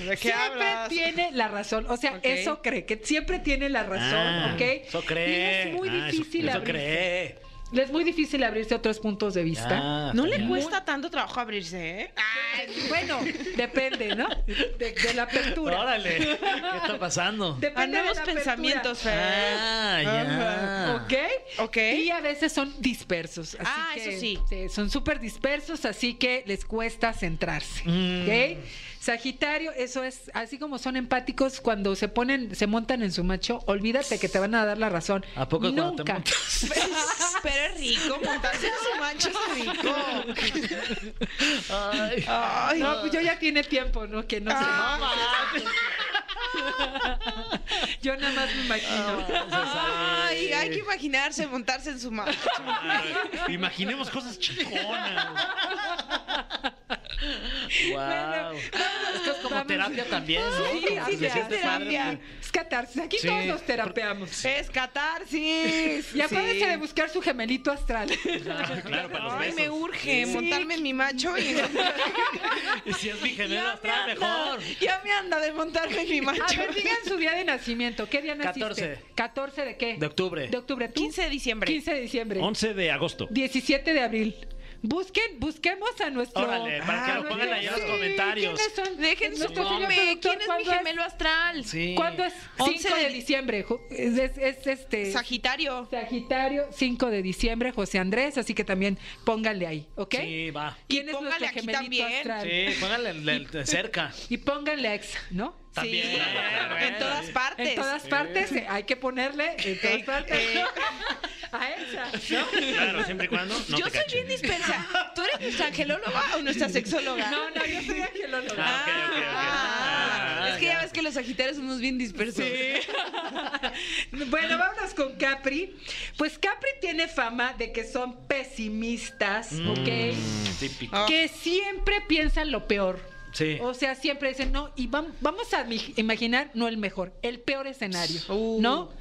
Speaker 2: ¿De qué
Speaker 5: siempre
Speaker 2: hablas?
Speaker 5: tiene la razón. O sea,
Speaker 2: Ok.
Speaker 5: eso cree, que siempre tiene la razón,
Speaker 4: Ah,
Speaker 5: Pues
Speaker 4: Eso
Speaker 5: ¿ok? Y
Speaker 4: cree.
Speaker 5: es muy
Speaker 4: Ah, eso-
Speaker 5: difícil
Speaker 4: Eso,
Speaker 5: abrirse.
Speaker 4: cree.
Speaker 5: Les es muy difícil abrirse a otros puntos de vista.
Speaker 4: Ah,
Speaker 2: No le
Speaker 4: Tania.
Speaker 2: cuesta tanto trabajo abrirse, ¿eh? Ay,
Speaker 5: Bueno, depende, ¿no? De, de la apertura.
Speaker 4: Órale. ¿Qué está pasando?
Speaker 5: Depende
Speaker 2: a nuevos
Speaker 5: de la
Speaker 2: pensamientos, Fer.
Speaker 4: Ah, ya.
Speaker 5: apertura, ¿Ok?
Speaker 2: Ok.
Speaker 5: Y a veces son dispersos. así
Speaker 2: Ah,
Speaker 5: que,
Speaker 2: eso sí.
Speaker 5: Son súper dispersos, así que les cuesta centrarse.
Speaker 4: Mm.
Speaker 5: ¿Ok? Sagitario, eso es, así como son empáticos, cuando se ponen, se montan en su macho, olvídate que te van a dar la razón.
Speaker 4: ¿A poco cuando te
Speaker 5: Nunca.
Speaker 4: montas?
Speaker 2: Pero es rico, montarse en su mancha es rico.
Speaker 4: Ay.
Speaker 2: Ay,
Speaker 5: No, pues yo ya tiene tiempo, ¿no? Que no se-
Speaker 2: Ah,
Speaker 5: Yo nada más me
Speaker 4: Ah.
Speaker 5: imagino.
Speaker 2: ay, hay que imaginarse montarse en su mancha.
Speaker 3: Imaginemos cosas chingonas.
Speaker 4: Wow.
Speaker 5: Esto es
Speaker 4: Como terapia también, ¿no?
Speaker 5: Sí,
Speaker 4: Como
Speaker 5: sí,
Speaker 4: que
Speaker 5: ya,
Speaker 4: se siente padre.
Speaker 2: terapia.
Speaker 5: Es catarsis. Aquí
Speaker 4: Sí.
Speaker 5: todos nos terapeamos.
Speaker 2: Es catarsis.
Speaker 5: Y acuérdense
Speaker 2: Sí.
Speaker 5: de buscar su gemelito astral.
Speaker 3: Ah, claro, para los
Speaker 2: Ay,
Speaker 3: besos.
Speaker 2: me urge
Speaker 5: Sí.
Speaker 2: montarme en mi macho y
Speaker 4: Y si es mi gemelo
Speaker 2: ya, me
Speaker 4: astral,
Speaker 2: anda,
Speaker 4: mejor.
Speaker 2: ya me anda de montarme en mi
Speaker 5: A
Speaker 2: macho.
Speaker 5: ver, digan su día de nacimiento. ¿Qué día naciste?
Speaker 4: 14.
Speaker 5: 14 de qué?
Speaker 4: De octubre.
Speaker 5: De octubre. ¿Tú?
Speaker 2: 15 de diciembre.
Speaker 5: 15 de diciembre.
Speaker 3: 11 de agosto.
Speaker 5: 17 de abril. Busquen, busquemos a nuestro.
Speaker 4: Órale, para que
Speaker 5: a
Speaker 4: lo pongan
Speaker 5: nuestro-
Speaker 4: ahí en los
Speaker 5: Sí,
Speaker 4: comentarios.
Speaker 5: ¿quiénes son?
Speaker 2: Dejen su
Speaker 5: Nuestro señor
Speaker 2: nombre.
Speaker 5: productor,
Speaker 2: ¿Quién es mi
Speaker 5: ¿cuándo
Speaker 2: gemelo astral?
Speaker 4: Sí.
Speaker 5: ¿Cuándo es?
Speaker 2: 11
Speaker 5: 5 de
Speaker 2: de-
Speaker 5: diciembre. ju- Es, es- es este.
Speaker 2: Sagitario.
Speaker 5: Sagitario, 5 de diciembre, José Andrés, así que también pónganle ahí, ¿ok?
Speaker 4: Sí, va.
Speaker 2: Y
Speaker 5: ¿Quién es nuestro
Speaker 2: póngale aquí
Speaker 5: gemelito
Speaker 2: también.
Speaker 5: astral?
Speaker 4: Sí, pónganle el- el- de cerca.
Speaker 5: Y pónganle a ex, ¿no?
Speaker 4: También.
Speaker 2: Sí, en todas partes.
Speaker 5: En todas partes eh, hay que ponerle en todas
Speaker 2: Eh,
Speaker 5: partes
Speaker 2: eh.
Speaker 5: a Elsa, ¿no?
Speaker 3: Claro, siempre y cuando no
Speaker 2: Yo soy
Speaker 3: te cachen.
Speaker 2: bien dispersa. ¿Tú eres nuestra angelóloga o nuestra sexóloga?
Speaker 5: No, no, yo soy angelóloga.
Speaker 3: Ah, ok, ok, ok.
Speaker 2: Ah,
Speaker 3: Ah,
Speaker 2: es que ya
Speaker 3: ya.
Speaker 2: ves que los sagitarios somos bien dispersos.
Speaker 5: Bueno, vámonos con Capri. Pues Capri tiene fama de que son pesimistas, ¿ok?
Speaker 4: Mm, típico.
Speaker 2: Ah.
Speaker 5: Que siempre piensan lo peor.
Speaker 4: Sí.
Speaker 5: O sea, siempre dicen, no, y vam- vamos a mi- imaginar, no el mejor, el peor escenario,
Speaker 2: Uh.
Speaker 5: ¿no?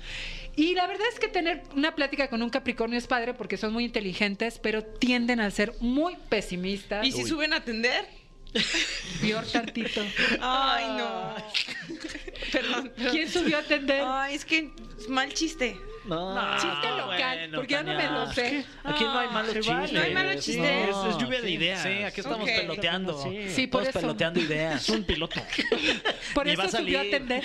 Speaker 5: Y la verdad es que tener una plática con un Capricornio es padre porque son muy inteligentes, pero tienden a ser muy pesimistas.
Speaker 2: ¿Y si suben a atender?
Speaker 5: Peor tantito.
Speaker 2: Ay, no. Perdón. perdón.
Speaker 5: ¿Quién subió a atender?
Speaker 2: Ay, es que es mal chiste.
Speaker 4: No,
Speaker 5: Chiste
Speaker 4: no,
Speaker 5: local,
Speaker 4: bueno,
Speaker 5: porque ya no me
Speaker 4: Tania.
Speaker 5: lo sé.
Speaker 4: Aquí no hay
Speaker 5: ah,
Speaker 4: malos
Speaker 3: se vale.
Speaker 4: chistes.
Speaker 2: No hay malos chistes.
Speaker 4: No,
Speaker 3: Es- es lluvia de
Speaker 4: sí.
Speaker 3: ideas.
Speaker 4: Sí, aquí estamos
Speaker 2: Ok.
Speaker 4: peloteando.
Speaker 3: Sí.
Speaker 5: Sí, por
Speaker 4: Estamos
Speaker 5: eso.
Speaker 4: peloteando ideas.
Speaker 3: Es un piloto.
Speaker 5: Por
Speaker 4: Ni va
Speaker 5: eso
Speaker 4: a
Speaker 5: subió a
Speaker 4: salir.
Speaker 5: atender.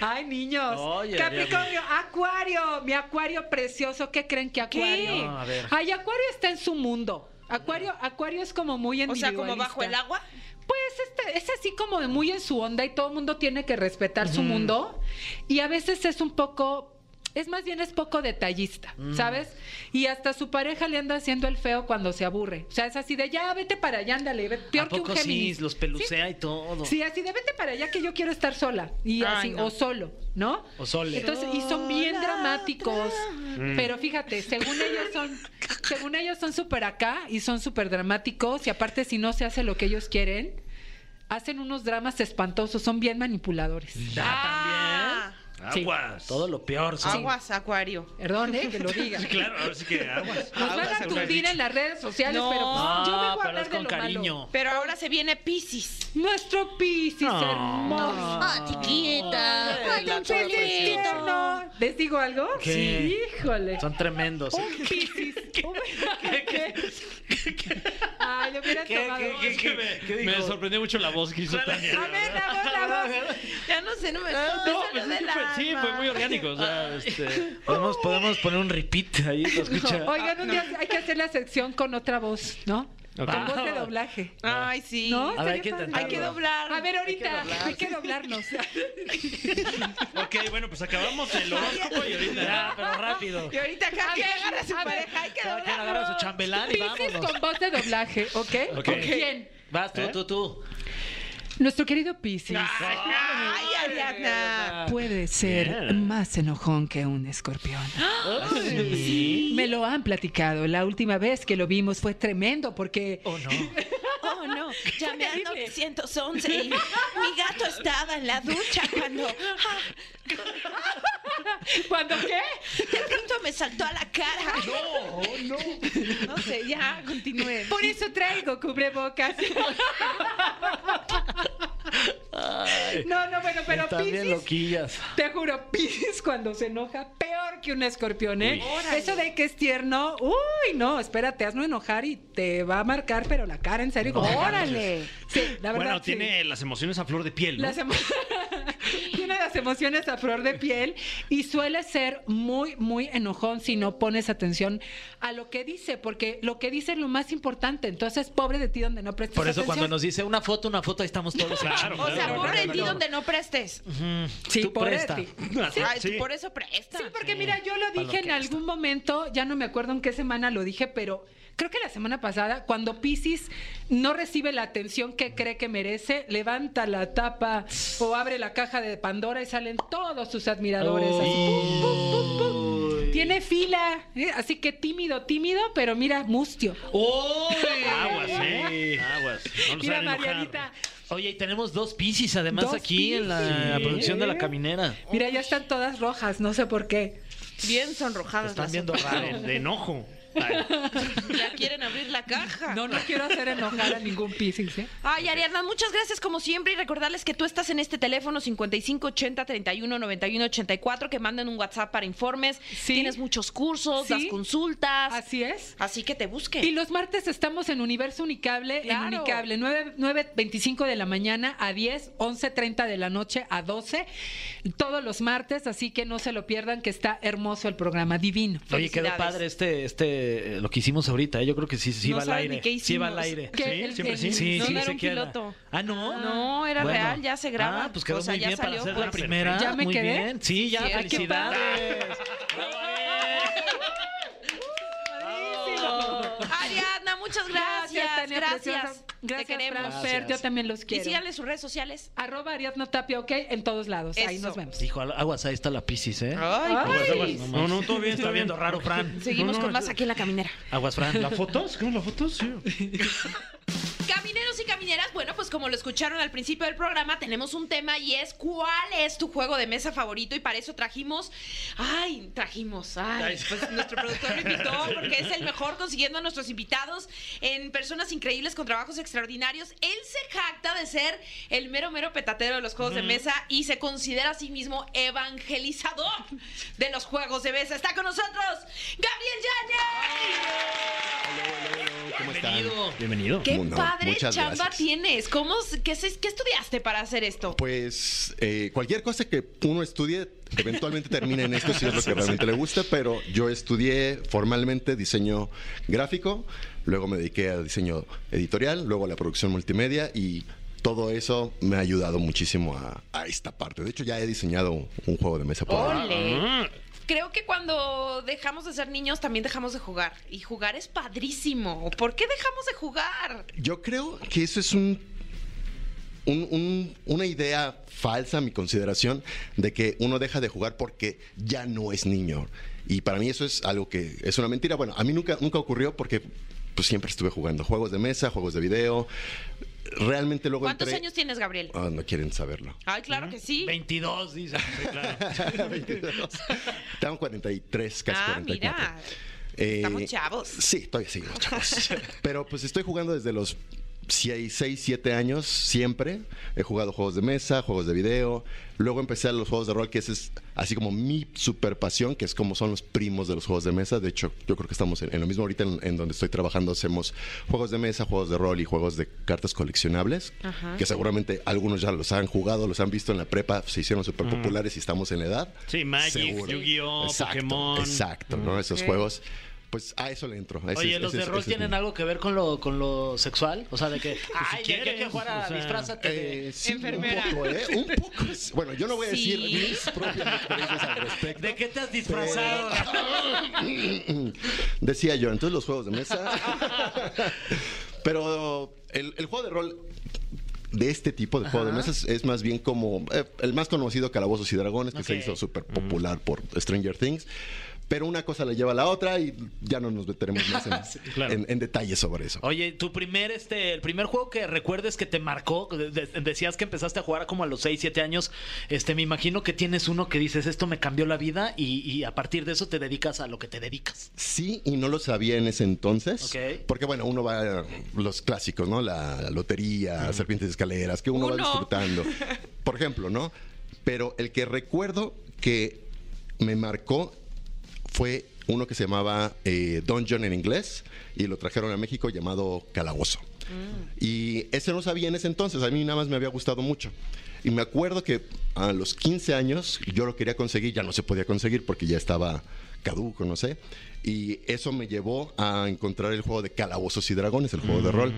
Speaker 5: Ay, niños.
Speaker 4: Oye,
Speaker 5: Capricornio, Acuario, mi Acuario precioso. ¿Qué creen que Acuario?
Speaker 2: ¿Qué?
Speaker 4: No, a ver.
Speaker 5: Ay, Acuario está en su mundo. Acuario, Acuario es como muy
Speaker 2: O sea, como
Speaker 5: individualista.
Speaker 2: bajo el agua.
Speaker 5: Pues este, es así como de muy en su onda y todo el mundo tiene que respetar su mundo. Y a veces es un poco, es más bien es poco detallista,
Speaker 4: Mm.
Speaker 5: ¿sabes? Y hasta su pareja le anda haciendo el feo cuando se aburre. O sea, es así de ya, vete para allá, ándale. ve- Peor
Speaker 4: ¿A
Speaker 5: que un
Speaker 4: poco sí?
Speaker 5: Géminis.
Speaker 4: Los pelucea y todo.
Speaker 5: Sí, así de vete para allá que yo quiero estar sola. Y
Speaker 2: Ay,
Speaker 5: así,
Speaker 2: no.
Speaker 5: o solo, ¿no?
Speaker 4: O sole.
Speaker 5: Entonces, y son bien
Speaker 2: Sola,
Speaker 5: dramáticos. Pero fíjate, según ellos son, según ellos son súper acá y son súper dramáticos. Y aparte, si no se hace lo que ellos quieren, hacen unos dramas espantosos, son bien manipuladores.
Speaker 4: Ya,
Speaker 2: Ah.
Speaker 4: también.
Speaker 5: Sí.
Speaker 3: Aguas.
Speaker 4: Todo lo peor. sí.
Speaker 2: Aguas, Acuario.
Speaker 5: Perdón, ¿eh? Que lo diga.
Speaker 3: Sí, claro, ahora sí que aguas.
Speaker 5: Nos
Speaker 3: Aguas,
Speaker 5: van a
Speaker 3: aguas,
Speaker 5: tundir
Speaker 3: dicho.
Speaker 5: en las redes sociales,
Speaker 2: No.
Speaker 5: pero
Speaker 4: No,
Speaker 5: pues, yo vengo a
Speaker 4: pero
Speaker 5: hablar
Speaker 4: es
Speaker 5: de
Speaker 4: con
Speaker 5: lo
Speaker 4: cariño.
Speaker 5: malo.
Speaker 2: Pero ahora se viene Piscis.
Speaker 5: Nuestro Piscis
Speaker 4: No.
Speaker 5: hermoso.
Speaker 6: Ah, chiquita.
Speaker 2: Ay,
Speaker 5: ¡Ay,
Speaker 2: la
Speaker 5: tan feliz,
Speaker 2: torrecita.
Speaker 5: tierno! ¿Les digo algo?
Speaker 4: ¿Qué?
Speaker 5: Sí, híjole.
Speaker 4: Son tremendos.
Speaker 5: Un Piscis. ¿Qué? Ay, lo hubieran tomado.
Speaker 3: Me sorprendió mucho la voz que hizo Tania.
Speaker 5: A ver, la voz, la voz.
Speaker 2: Ya no sé, no me. me
Speaker 3: No,
Speaker 2: salió
Speaker 3: pues es
Speaker 2: del
Speaker 3: que fue, sí,
Speaker 2: alma.
Speaker 3: fue muy orgánico. O sea, este,
Speaker 4: Podemos, podemos poner un repeat ahí, ¿lo escucha?
Speaker 5: Oigan, un día hay que hacer la sección con otra voz, ¿no? Con
Speaker 4: Va.
Speaker 5: voz de
Speaker 3: Ah,
Speaker 5: doblaje.
Speaker 2: Ay, sí.
Speaker 5: ¿No?
Speaker 4: A ver, hay
Speaker 5: Estaría
Speaker 4: que
Speaker 5: padre.
Speaker 4: intentarlo.
Speaker 2: Hay que doblar.
Speaker 5: A ver, ahorita hay que doblarnos.
Speaker 3: ok, bueno, pues acabamos el horóscopo y ahorita
Speaker 4: Ya,
Speaker 3: ya.
Speaker 4: pero rápido.
Speaker 2: Y ahorita acá
Speaker 5: A
Speaker 2: que
Speaker 5: ver,
Speaker 2: agarra a su
Speaker 5: a ver.
Speaker 2: pareja, hay que
Speaker 4: Cada quien
Speaker 2: doblar.
Speaker 4: agarra su chambelán y
Speaker 5: Piscis
Speaker 4: vámonos.
Speaker 5: con voz de doblaje, ¿ok?
Speaker 3: Ok.
Speaker 5: ¿Con quién?
Speaker 4: Vas tú,
Speaker 3: ¿Eh?
Speaker 4: tú, tú.
Speaker 5: Nuestro querido Piscis
Speaker 2: Ah. Ay, Ariadna.
Speaker 5: puede ser
Speaker 3: Bien.
Speaker 5: más enojón que un escorpión.
Speaker 3: Sí.
Speaker 5: Me lo han platicado. La última vez que lo vimos fue tremendo porque
Speaker 4: Oh, no.
Speaker 2: Oh, no, llamé al 911 y mi gato estaba en la ducha cuando ah,
Speaker 5: cuando qué?
Speaker 2: de pronto me saltó a la cara. No, no. No sé, ya, continúe.
Speaker 5: Por eso traigo cubrebocas. No, no, bueno, pero
Speaker 4: Están bien
Speaker 5: Piscis
Speaker 4: loquillas.
Speaker 2: pues
Speaker 5: Te juro, Pisces cuando se enoja, peor que un escorpión, ¿eh?
Speaker 3: Uy.
Speaker 5: Eso de que es tierno, uy, no, espérate, hazlo enojar y te va a marcar, pero la cara en serio. como-
Speaker 3: ¡Órale!
Speaker 5: Sí, la verdad.
Speaker 3: Bueno,
Speaker 5: sí.
Speaker 3: tiene las emociones a flor de piel, ¿no?
Speaker 5: Las emo- tiene las emociones a flor de piel y suele ser muy, muy enojón si no pones atención a lo que dice, porque lo que dice es lo más importante. Entonces, pobre de ti donde no prestes
Speaker 4: Por eso
Speaker 5: atención.
Speaker 4: cuando nos dice una foto, una foto, ahí estamos todos.
Speaker 3: Claro,
Speaker 2: O sea,
Speaker 3: claro,
Speaker 2: por
Speaker 3: claro,
Speaker 2: el día
Speaker 3: claro.
Speaker 2: donde no prestes.
Speaker 5: Sí,
Speaker 4: tú
Speaker 5: pobre de
Speaker 4: presta.
Speaker 5: ti.
Speaker 2: Ay,
Speaker 3: Sí.
Speaker 2: tú por eso presta.
Speaker 5: Sí, porque mira, yo lo
Speaker 4: lo
Speaker 5: dije en
Speaker 4: que
Speaker 5: algún momento, ya no me acuerdo en qué semana lo dije, pero creo que la semana pasada, cuando Piscis no recibe la atención que cree que merece, levanta la tapa o abre la caja de Pandora y salen todos sus admiradores. así, pum, pum, pum, pum. Tiene fila, ¿eh? así que tímido, tímido, pero mira, mustio.
Speaker 4: ¡Uy!
Speaker 3: Aguas, ¿eh? Aguas. No nos
Speaker 5: Mira,
Speaker 3: hagan enojar.
Speaker 5: Marianita,
Speaker 4: Oye, y tenemos dos piscis además
Speaker 5: Dos
Speaker 4: aquí en la
Speaker 5: Piscis.
Speaker 4: producción de La Caminera.
Speaker 5: mira, ya están todas rojas, no sé por qué.
Speaker 2: Bien sonrojadas
Speaker 4: Están
Speaker 2: las
Speaker 4: viendo
Speaker 3: De,
Speaker 4: raro.
Speaker 3: de enojo. Ay.
Speaker 2: otras. Ya quieren abrir la caja.
Speaker 5: No, no quiero hacer enojar a ningún Piscis, ¿eh?
Speaker 2: Ay, Ariadna, muchas gracias como siempre y recordarles que tú estás en este teléfono 5580 31 91 84 que manden un WhatsApp para informes.
Speaker 5: Sí.
Speaker 2: Tienes muchos cursos,
Speaker 5: Sí.
Speaker 2: las consultas.
Speaker 5: Así es.
Speaker 2: Así que te busquen.
Speaker 5: Y los martes estamos en Universo Unicable,
Speaker 2: Claro.
Speaker 5: en Unicable, 9, 9.25 de la mañana a 10, 11.30 de la noche a 12, todos los martes, así que no se lo pierdan, que está hermoso el programa, divino.
Speaker 4: Oye, quedó
Speaker 2: Felicidades.
Speaker 4: padre este, este, eh, lo que hicimos ahorita. ¿eh? Yo creo que sí, sí
Speaker 2: No
Speaker 4: va al
Speaker 2: saben
Speaker 4: aire.
Speaker 2: ni qué
Speaker 4: sí va al
Speaker 2: hicimos.
Speaker 4: aire.
Speaker 5: Que
Speaker 3: Sí, siempre sí.
Speaker 4: Pues Sí,
Speaker 2: No,
Speaker 4: sí,
Speaker 2: no era
Speaker 4: se
Speaker 2: un
Speaker 4: queda.
Speaker 2: piloto.
Speaker 4: Ah, no.
Speaker 2: No, era
Speaker 4: Bueno.
Speaker 2: real, ya se graba.
Speaker 4: Ah, pues quedó
Speaker 2: O sea,
Speaker 4: muy
Speaker 2: ya
Speaker 4: bien para
Speaker 2: salió,
Speaker 4: hacer la
Speaker 2: pues.
Speaker 4: primera.
Speaker 5: ¿Ya me
Speaker 4: muy
Speaker 5: quedé?
Speaker 4: bien. Sí, ya,
Speaker 2: Sí, ay, qué
Speaker 4: felicidades. eh.
Speaker 2: Ariadna, muchas gracias.
Speaker 5: Oh. Tania
Speaker 2: Gracias.
Speaker 5: preciosa.
Speaker 2: Te
Speaker 5: Gracias,
Speaker 2: queremos.
Speaker 5: Fran Fer, yo también los
Speaker 2: Y
Speaker 5: quiero.
Speaker 2: síganle sus redes sociales.
Speaker 5: Arroba Ariadna Tapia, ok, en todos lados, ahí
Speaker 2: Eso.
Speaker 5: nos vemos.
Speaker 4: Hijo, aguas, ahí está la piscis,
Speaker 2: Ay,
Speaker 4: ¿eh?
Speaker 5: Ay.
Speaker 3: Aguas, aguas. No, no, todo bien, está viendo raro, Fran.
Speaker 2: Seguimos
Speaker 3: pues, No, no,
Speaker 2: con más aquí en la caminera.
Speaker 4: Aguas, Fran.
Speaker 3: ¿La fotos? ¿Qué la fotos? Sí.
Speaker 2: Camineros y camineras, bueno, pues como lo escucharon al principio del programa, tenemos un tema y es ¿cuál es tu juego de mesa favorito? Y para eso trajimos, ay, trajimos, ay, pues nuestro productor lo invitó porque es el mejor consiguiendo a nuestros invitados en personas increíbles con trabajos extraordinarios. Él se jacta de ser el mero mero petatero de los juegos de mesa y se considera a sí mismo evangelizador de los juegos de mesa. Está con nosotros Gabriel Yáñez.
Speaker 7: ¿Cómo están?
Speaker 3: Bienvenido.
Speaker 2: ¡Qué
Speaker 7: ¿Cómo no?
Speaker 2: padre
Speaker 7: Muchas
Speaker 2: chamba
Speaker 7: gracias.
Speaker 2: tienes! ¿Cómo, s- qué, se- qué estudiaste para hacer esto?
Speaker 7: Pues eh, cualquier cosa que uno estudie eventualmente termina en esto si es lo que realmente le gusta, pero yo estudié formalmente diseño gráfico, luego me dediqué a diseño editorial, luego a la producción multimedia y todo eso me ha ayudado muchísimo a, a esta parte. De hecho ya he diseñado un, un juego de mesa por ahí.
Speaker 2: ¡Ole!
Speaker 7: Ah.
Speaker 2: Creo que cuando dejamos de ser niños también dejamos de jugar. Y jugar es padrísimo. ¿Por qué dejamos de jugar?
Speaker 7: Yo creo que eso es un, un- un- una idea falsa, a mi consideración, de que uno deja de jugar porque ya no es niño. Y para mí eso es algo que es una mentira. Bueno, a mí nunca, nunca ocurrió porque pues, siempre estuve jugando juegos de mesa, juegos de video. realmente luego
Speaker 2: ¿Cuántos
Speaker 7: entré-
Speaker 2: años tienes, Gabriel?
Speaker 7: Ah, no quieren saberlo.
Speaker 2: Ay, claro que sí.
Speaker 4: 22, dice. Sí, claro.
Speaker 7: 22. Tengo 43, casi
Speaker 2: Ah,
Speaker 7: 44.
Speaker 2: mira.
Speaker 7: Eh,
Speaker 2: Estamos chavos.
Speaker 7: Sí, todavía seguimos chavos. Pero pues estoy jugando desde los 6, 7 años, siempre. He jugado juegos de mesa, juegos de video. Luego empecé a los juegos de rol, que ese es así como mi super pasión, que es como son los primos de los juegos de mesa. De hecho, yo creo que estamos en, en lo mismo ahorita en, en donde estoy trabajando. Hacemos juegos de mesa, juegos de rol y juegos de cartas coleccionables,
Speaker 2: Ajá.
Speaker 7: que seguramente algunos ya los han jugado, los han visto en la prepa, se hicieron súper populares y estamos en la edad.
Speaker 3: Sí, Magic,
Speaker 7: Seguro.
Speaker 3: Yu-Gi-Oh,
Speaker 7: Exacto,
Speaker 3: Pokémon.
Speaker 7: Exacto, ¿no? Esos
Speaker 2: Ok.
Speaker 7: juegos. Pues a eso le entro. a ese-
Speaker 4: Oye, ¿los de
Speaker 7: ese-
Speaker 4: rol
Speaker 7: ese es
Speaker 4: tienen
Speaker 7: mi-
Speaker 4: algo que ver con lo, con lo sexual? O sea, de que. ay, ya- ya
Speaker 3: quieres,
Speaker 4: que jugar a
Speaker 3: o sea.
Speaker 4: disfrázate de-
Speaker 7: Eh, sí,
Speaker 2: Enfermera.
Speaker 7: Un poco, ¿eh? Un poco. Bueno, yo no voy a decir
Speaker 2: Sí.
Speaker 7: mis propias experiencias al
Speaker 4: de.
Speaker 7: respecto.
Speaker 4: qué te has disfrazado?
Speaker 7: Decía yo, entonces los juegos de mesa. Pero el, el juego de rol de este tipo de juego de mesa es, es más bien como eh, el más conocido Calabozos y Dragones, que se
Speaker 4: Ok.
Speaker 7: hizo súper popular por Stranger Things. Pero una cosa le lleva a la otra y ya no nos meteremos más en,
Speaker 3: claro.
Speaker 7: en- en detalles sobre eso.
Speaker 4: Oye, tu primer, este, el primer juego que recuerdes que te marcó, de- de- decías que empezaste a jugar como a los 6, 7 años, este, me imagino que tienes uno que dices, esto me cambió la vida y, y a partir de eso te dedicas a lo que te dedicas.
Speaker 7: Sí, y no lo sabía en ese entonces.
Speaker 4: Ok.
Speaker 7: Porque, bueno, uno va a los clásicos, ¿no? La lotería, serpientes de escaleras, que uno, va
Speaker 2: Uno.
Speaker 7: disfrutando. Por ejemplo, ¿no? Pero el que recuerdo que me marcó fue uno que se llamaba eh, Dungeon en inglés y lo trajeron a México llamado Calabozo. Y ese no sabía en ese entonces, a mí nada más me había gustado mucho. Y me acuerdo que a los 15 años yo lo quería conseguir, ya no se podía conseguir porque ya estaba caduco, no sé. Y eso me llevó a encontrar el juego de Calabozos y Dragones, el juego de rol.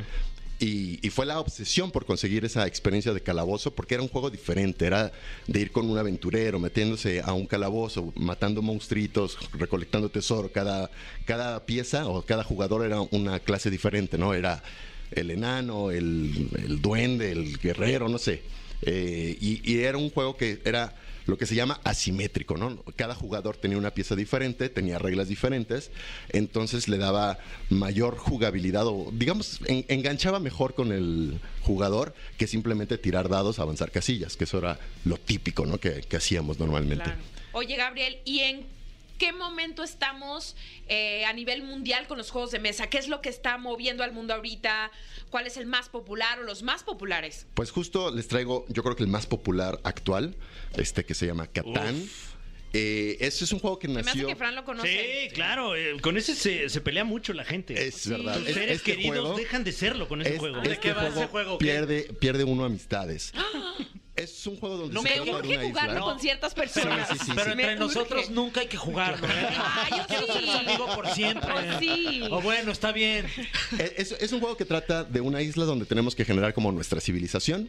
Speaker 7: Y, y fue la obsesión por conseguir esa experiencia de calabozo, porque era un juego diferente, era de ir con un aventurero, metiéndose a un calabozo, matando monstruitos, recolectando tesoro, cada, cada pieza o cada jugador era una clase diferente, ¿no? Era el enano, el, el duende, el guerrero, no sé. Eh, y, y era un juego que era lo que se llama asimétrico, ¿no? Cada jugador tenía una pieza diferente, tenía reglas diferentes, entonces le daba mayor jugabilidad o, digamos, en- enganchaba mejor con el jugador que simplemente tirar dados, avanzar casillas, que eso era lo típico, ¿no? Que, que hacíamos normalmente.
Speaker 2: Claro. Oye, Gabriel, ¿y en qué momento estamos eh, a nivel mundial con los juegos de mesa? ¿Qué es lo que está moviendo al mundo ahorita? ¿Cuál es el más popular o los más populares?
Speaker 7: Pues justo les traigo, yo creo que el más popular actual, este que se llama Catán. Eh, ese es un juego que
Speaker 2: Que me hace
Speaker 7: nació...
Speaker 2: que Fran lo conoce.
Speaker 3: Sí, claro, eh, con ese se, se pelea mucho la gente.
Speaker 7: Es verdad.
Speaker 3: Tus
Speaker 7: es-
Speaker 3: seres
Speaker 7: este
Speaker 3: queridos
Speaker 7: juego-
Speaker 3: dejan de serlo con ese
Speaker 7: Es-
Speaker 3: juego.
Speaker 7: Este
Speaker 4: va
Speaker 7: juego
Speaker 4: ese juego, o qué?
Speaker 7: pierde, pierde uno amistades. Es un juego donde
Speaker 4: No,
Speaker 7: se
Speaker 2: me
Speaker 4: Nunca
Speaker 7: trata de
Speaker 2: urge
Speaker 7: una
Speaker 2: jugarlo
Speaker 7: isla.
Speaker 2: con ciertas personas.
Speaker 7: Sí, sí, sí,
Speaker 4: Pero
Speaker 2: Me
Speaker 4: entre
Speaker 2: urge.
Speaker 4: nosotros nunca hay que jugarlo. ¿eh?
Speaker 2: Ah, yo
Speaker 4: Quiero
Speaker 2: sí.
Speaker 4: ser su amigo por siempre.
Speaker 2: Pues sí.
Speaker 4: O bueno, está bien.
Speaker 7: Eh, Es, es un juego que trata de una isla donde tenemos que generar como nuestra civilización,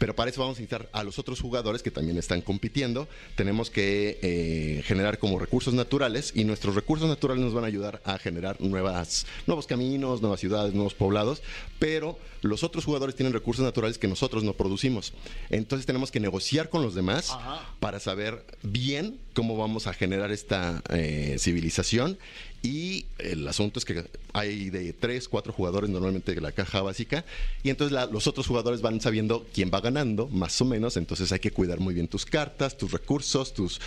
Speaker 7: pero para eso vamos a necesitar a los otros jugadores que también están compitiendo. Tenemos que eh, generar como recursos naturales y nuestros recursos naturales nos van a ayudar a generar nuevas, nuevos caminos, nuevas ciudades, nuevos poblados, pero los otros jugadores tienen recursos naturales que nosotros no producimos. Entonces tenemos que negociar con los demás para saber bien cómo vamos a generar esta eh, civilización. Y el asunto es que hay de tres, cuatro jugadores normalmente de la caja básica. Y entonces la- los otros jugadores van sabiendo quién va ganando, más o menos. Entonces hay que cuidar muy bien tus cartas, tus recursos, tus,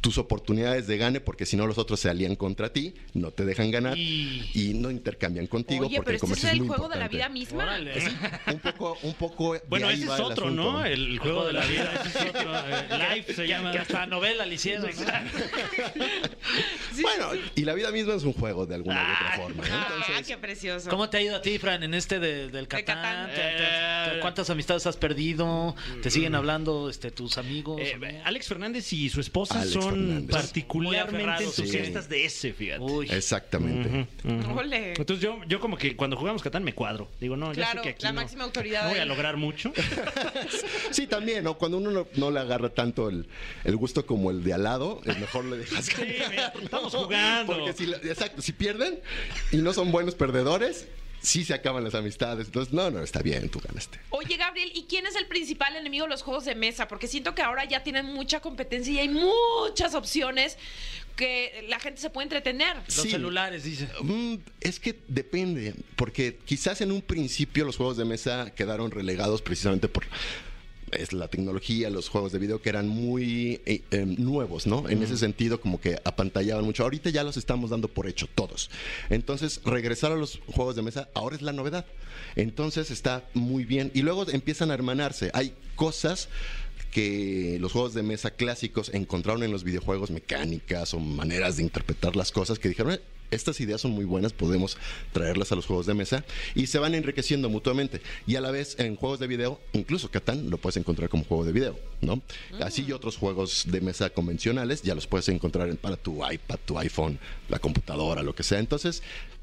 Speaker 7: tus oportunidades de gane, porque si no los otros se alían contra ti, no te dejan ganar
Speaker 4: Y-
Speaker 7: y, no intercambian contigo.
Speaker 2: Oye,
Speaker 7: porque
Speaker 2: pero este
Speaker 7: el
Speaker 2: es
Speaker 7: comercio es
Speaker 2: el
Speaker 7: muy
Speaker 2: juego de la
Speaker 7: importante.
Speaker 2: vida misma.
Speaker 7: Un poco, un poco. de
Speaker 3: Bueno,
Speaker 7: ahí
Speaker 3: ese
Speaker 7: va
Speaker 3: es
Speaker 7: el
Speaker 3: otro,
Speaker 7: asunto.
Speaker 3: ¿no? El juego de la vida. Ese es otro. eh, Life se llama.
Speaker 4: Que hasta novela le hicieron. ¿no?
Speaker 7: bueno, y la vida misma es un juego de alguna u otra
Speaker 4: Ay,
Speaker 7: forma. ¿no?
Speaker 2: Ah,
Speaker 7: Entonces,
Speaker 2: qué precioso.
Speaker 4: ¿Cómo te ha ido a ti, Fran, en este de- del Catán?
Speaker 2: Catán.
Speaker 4: ¿Te- te-
Speaker 3: Eh.
Speaker 4: te- ¿Cuántas amistades has perdido? ¿Te siguen hablando este, tus amigos?
Speaker 3: Mm. Eh,
Speaker 4: amigas?
Speaker 3: Alex Fernández y su esposa
Speaker 7: Alex
Speaker 3: son
Speaker 7: Fernández.
Speaker 4: Muy
Speaker 3: particularmente
Speaker 4: aferrados,
Speaker 3: entusiastas de ese, fíjate.
Speaker 4: Uy.
Speaker 7: Exactamente.
Speaker 2: Ole.
Speaker 3: Entonces yo, yo como que cuando jugamos Catán me cuadro. Digo, no, ya sé
Speaker 2: Claro,
Speaker 3: que aquí
Speaker 2: la
Speaker 3: no-
Speaker 2: máxima autoridad
Speaker 3: no voy a
Speaker 2: ahí.
Speaker 3: lograr mucho.
Speaker 7: Sí, también, ¿no? Cuando uno no, no le agarra tanto el, el gusto como el de al lado, es mejor le dejas ganar,
Speaker 3: mira,
Speaker 7: ¿no?
Speaker 3: estamos jugando.
Speaker 7: Porque si, la- exacto, si pierden y no son buenos perdedores, sí se acaban las amistades. Entonces, no, no, está bien, tú ganaste.
Speaker 2: Oye, Gabriel, ¿y quién es el principal enemigo de los juegos de mesa? Porque siento que ahora ya tienen mucha competencia y hay muchas opciones. que la gente se puede entretener.
Speaker 4: Los
Speaker 7: Sí.
Speaker 4: celulares, dice.
Speaker 7: Mm, es que depende, porque quizás en un principio los juegos de mesa quedaron relegados precisamente por es la tecnología, los juegos de video que eran muy eh, eh, nuevos, ¿no? En ese sentido, como que apantallaban mucho. Ahorita ya los estamos dando por hecho todos. Entonces, regresar a los juegos de mesa ahora es la novedad. Entonces, está muy bien. Y luego empiezan a hermanarse. Hay cosas que los juegos de mesa clásicos encontraron en los videojuegos mecánicas o maneras de interpretar las cosas que dijeron, "Eh, estas ideas son muy buenas, podemos traerlas a los juegos de mesa y se van enriqueciendo mutuamente. Y a la vez en juegos de video, incluso Catán lo puedes encontrar como juego de video, ¿no? Así y otros juegos de mesa convencionales ya los puedes encontrar en- para tu iPad, tu iPhone, la computadora, lo que sea. Entonces,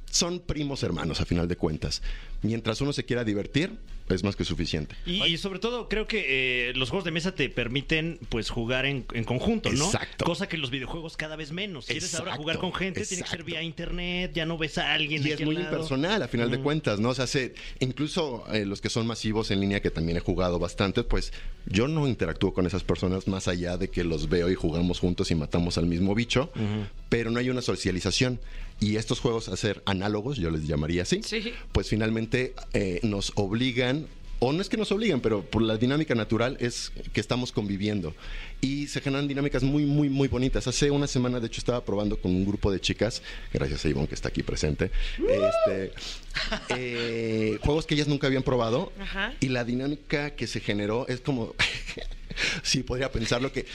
Speaker 7: son primos hermanos a final de cuentas. Mientras uno se quiera divertir, es más que suficiente.
Speaker 3: Y, y sobre todo creo que eh, los juegos de mesa te permiten pues jugar en, en conjunto, ¿no?
Speaker 7: Exacto.
Speaker 3: Cosa que los videojuegos cada vez menos. Quieres ahora
Speaker 7: Exacto,
Speaker 3: jugar con gente, tiene que ser
Speaker 7: exacto.
Speaker 3: vía internet, ya no ves a alguien.
Speaker 7: Y
Speaker 3: de
Speaker 7: es
Speaker 3: aquel
Speaker 7: muy
Speaker 3: lado. Mm.
Speaker 7: impersonal, a final de cuentas, ¿no? O sea, se- incluso eh, los que son masivos en línea, que también he jugado bastante, pues yo no interactúo con esas personas más allá de que los veo y jugamos juntos y matamos al mismo bicho, pero no hay una socialización. Y estos juegos a ser análogos, yo les llamaría así,
Speaker 2: Sí.
Speaker 7: pues finalmente eh, nos obligan, o no es que nos obligan, pero por la dinámica natural es que estamos conviviendo. Y se generan dinámicas muy, muy, muy bonitas. Hace una semana, de hecho, estaba probando con un grupo de chicas, gracias a Ivonne que está aquí presente, este, eh, juegos que ellas nunca habían probado.
Speaker 2: Ajá.
Speaker 7: Y la dinámica que se generó es como, sí, podría pensar lo que...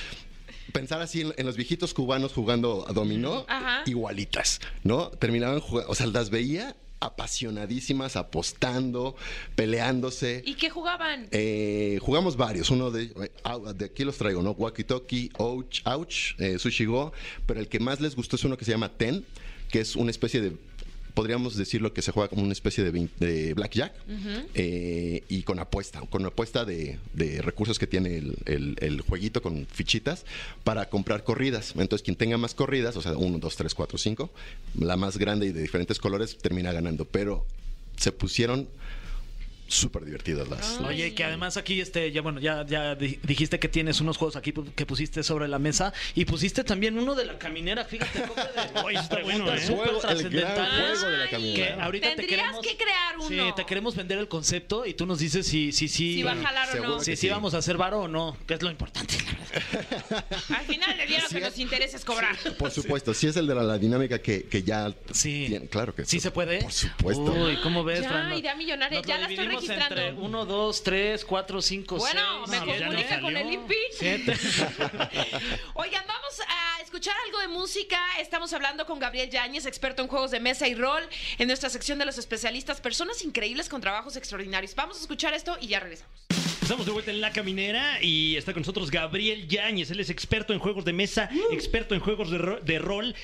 Speaker 7: Pensar así en, en los viejitos cubanos jugando a dominó,
Speaker 2: Ajá.
Speaker 7: igualitas, ¿no? Terminaban jugando, o sea, las veía apasionadísimas, apostando, peleándose.
Speaker 2: ¿Y qué jugaban?
Speaker 7: Eh, jugamos varios, uno de, eh, au- de aquí los traigo, ¿no? Walkie Talkie, Ouch, Ouch, eh, Sushi Go, pero el que más les gustó es uno que se llama Ten, que es una especie de, podríamos decirlo que se juega como una especie de, vein- de blackjack eh, y con apuesta, con apuesta de, de recursos que tiene el, el- el jueguito con fichitas para comprar corridas. Entonces quien tenga más corridas, o sea, 1, 2, 3, 4, 5, la más grande y de diferentes colores termina ganando, pero se pusieron... Súper divertidas las, las-
Speaker 4: Oye, que además aquí, este, ya bueno, ya, ya di- dijiste que tienes unos juegos aquí pu- que pusiste sobre la mesa y pusiste también uno de la caminera, fíjate, Coque, de
Speaker 3: Oye, eso está bueno,
Speaker 4: preguntas
Speaker 3: ¿eh?
Speaker 4: súper
Speaker 7: Juego- el gran
Speaker 4: trascendentales.
Speaker 7: juego de la
Speaker 2: Ay,
Speaker 4: Que
Speaker 7: caminera.
Speaker 4: ahorita te
Speaker 2: Tendrías
Speaker 4: queremos-
Speaker 2: que crear uno.
Speaker 4: Sí, te queremos vender el concepto y tú nos dices si, si, si,
Speaker 2: si va a jalar o
Speaker 7: seguro
Speaker 2: no.
Speaker 4: si,
Speaker 7: que
Speaker 4: si
Speaker 7: sí.
Speaker 4: vamos a hacer varo o no, que es lo importante.
Speaker 2: Al final del día lo que nos interesa es cobrar.
Speaker 7: Por supuesto, si es el de la, la dinámica que, que ya.
Speaker 4: Sí.
Speaker 7: tiene- claro que
Speaker 4: ¿Sí se puede?
Speaker 7: Por supuesto.
Speaker 4: Uy, ¿cómo ves,
Speaker 2: Ya,
Speaker 4: Fran? No-
Speaker 2: idea millonaria,
Speaker 4: nos
Speaker 2: ya
Speaker 4: lo
Speaker 2: la estoy
Speaker 4: dividimos
Speaker 2: registrando.
Speaker 4: Entre 1, 2, 3, 4, 5, 6.
Speaker 2: Bueno, me
Speaker 3: sí, ya no
Speaker 2: comunica con
Speaker 3: salió.
Speaker 2: el INPI.
Speaker 4: Siete.
Speaker 2: Oigan, vamos a escuchar algo de música. Estamos hablando con Gabriel Yáñez, experto en juegos de mesa y rol, en nuestra sección de los especialistas, personas increíbles con trabajos extraordinarios. Vamos a escuchar esto y ya regresamos.
Speaker 3: Estamos de vuelta en La Caminera y está con nosotros Gabriel Yáñez. Él es experto en juegos de mesa,
Speaker 2: Uh.
Speaker 3: experto en juegos de, ro- de rol,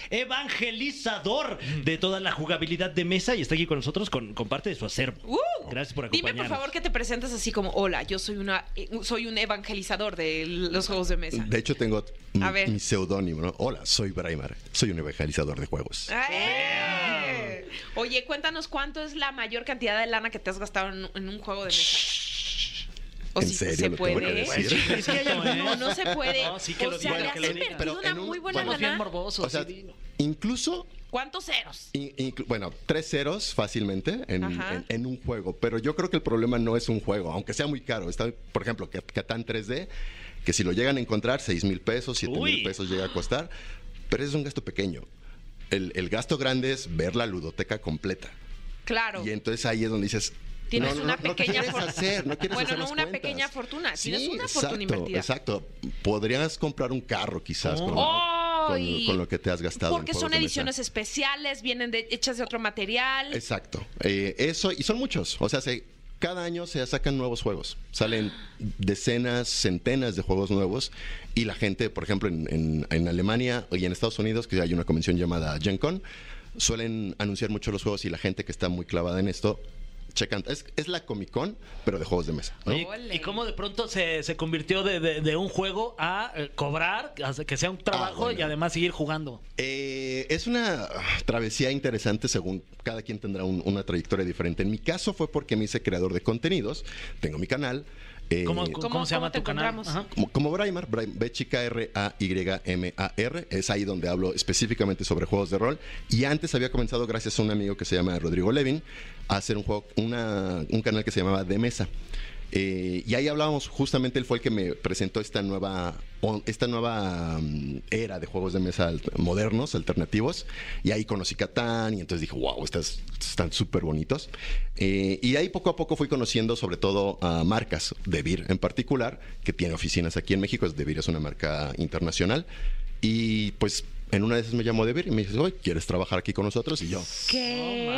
Speaker 3: evangelizador de toda la jugabilidad de mesa y está aquí con nosotros con, con parte de su acervo.
Speaker 2: ¡Uh!
Speaker 3: Gracias por
Speaker 2: Dime
Speaker 3: acompañarnos.
Speaker 2: por favor que te presentas así como, hola, yo soy una, eh, soy un evangelizador de los juegos de mesa.
Speaker 7: De hecho, tengo mi,
Speaker 2: A ver.
Speaker 7: mi seudónimo, ¿no? Hola, soy Braimar. Soy un evangelizador de juegos.
Speaker 2: Ah, ¡Ay!
Speaker 4: ¡Eh!
Speaker 2: Oye, cuéntanos cuánto es la mayor cantidad de lana que te has gastado en, en un juego de mesa. O
Speaker 7: ¿En
Speaker 2: si
Speaker 7: serio
Speaker 2: se
Speaker 7: lo tengo
Speaker 2: puede. ¿eh?
Speaker 7: que decir?
Speaker 4: Es que hay
Speaker 2: No,
Speaker 4: algunos-
Speaker 2: no se puede.
Speaker 4: ¿eh? No, sí que
Speaker 2: o
Speaker 4: lo
Speaker 2: sea,
Speaker 4: diga,
Speaker 2: le
Speaker 4: que
Speaker 2: has
Speaker 4: lo diga.
Speaker 2: invertido
Speaker 7: Pero
Speaker 2: una
Speaker 7: en un-
Speaker 2: muy buena
Speaker 7: bueno,
Speaker 4: Somos bien
Speaker 2: lana.
Speaker 4: morbosos.
Speaker 7: O sea,
Speaker 4: sí, dilo.
Speaker 7: incluso.
Speaker 2: ¿Cuántos ceros?
Speaker 7: in- inclu- bueno, tres ceros fácilmente en,
Speaker 2: Ajá.
Speaker 7: en- en un juego, pero yo creo que el problema no es un juego, aunque sea muy caro. Está, por ejemplo, Cat- Catán 3D, que si lo llegan a encontrar, 6 mil pesos, 7
Speaker 3: Uy.
Speaker 7: mil pesos llega a costar, pero es un gasto pequeño. El, el gasto grande es ver la ludoteca completa.
Speaker 2: Claro.
Speaker 7: Y entonces ahí es donde dices.
Speaker 2: Tienes
Speaker 7: no, no,
Speaker 2: una
Speaker 7: no, no
Speaker 2: pequeña
Speaker 7: quieres
Speaker 2: fortuna.
Speaker 7: hacer, no quieres
Speaker 2: Bueno,
Speaker 7: hacer
Speaker 2: no
Speaker 7: las
Speaker 2: una
Speaker 7: cuentas.
Speaker 2: pequeña fortuna,
Speaker 7: Sí,
Speaker 2: tienes una
Speaker 7: exacto,
Speaker 2: fortuna invertida.
Speaker 7: Exacto. Podrías comprar un carro quizás con,
Speaker 2: Oh,
Speaker 7: con-
Speaker 2: y-
Speaker 7: con lo que te has gastado. en
Speaker 2: Porque
Speaker 7: juegos
Speaker 2: son
Speaker 7: de mesa.
Speaker 2: ediciones especiales, vienen de, hechas de otro material.
Speaker 7: Exacto. Eh, eso, y son muchos. O sea, se- cada año se sacan nuevos juegos. Salen decenas, centenas de juegos nuevos. Y la gente, por ejemplo, en, en- en Alemania y en Estados Unidos, que hay una convención llamada Gen Con, suelen anunciar mucho los juegos y la gente que está muy clavada en esto. Checan, es, es la Comic Con, pero de juegos de mesa. ¿no?
Speaker 4: Oye,
Speaker 2: Ole.
Speaker 4: y cómo de pronto se, se convirtió de, de- de un juego a eh, cobrar, hasta que sea un trabajo
Speaker 7: Ah, bueno.
Speaker 4: y además seguir jugando.
Speaker 7: Eh, es una ah, travesía interesante según cada quien tendrá un- una trayectoria diferente. En mi caso fue porque me hice creador de contenidos, tengo mi canal Eh,
Speaker 4: ¿Cómo,
Speaker 7: como,
Speaker 4: cómo se llama
Speaker 2: te
Speaker 4: tu canal?
Speaker 2: encontramos?
Speaker 4: Ajá.
Speaker 7: como Braimar, Braim- B-chica-R-A-Y-M-A-R, es ahí donde hablo específicamente sobre juegos de rol. Y antes había comenzado, gracias a un amigo que se llama Rodrigo Levin, a hacer un, juego, una- un canal que se llamaba De Mesa. Eh, y ahí hablábamos, justamente él fue el que me presentó esta nueva, on- esta nueva mm, era de juegos de mesa al- modernos, alternativos. Y ahí conocí Catán y entonces dije, wow, estas están súper bonitos. Eh, y ahí poco a poco fui conociendo sobre todo a marcas, De Beer en particular, que tiene oficinas aquí en México. De Beer es una marca internacional. Y pues en una de esas me llamó De Beer y me dice, oye, ¿quieres trabajar aquí con nosotros? Y yo,
Speaker 2: ¿Qué?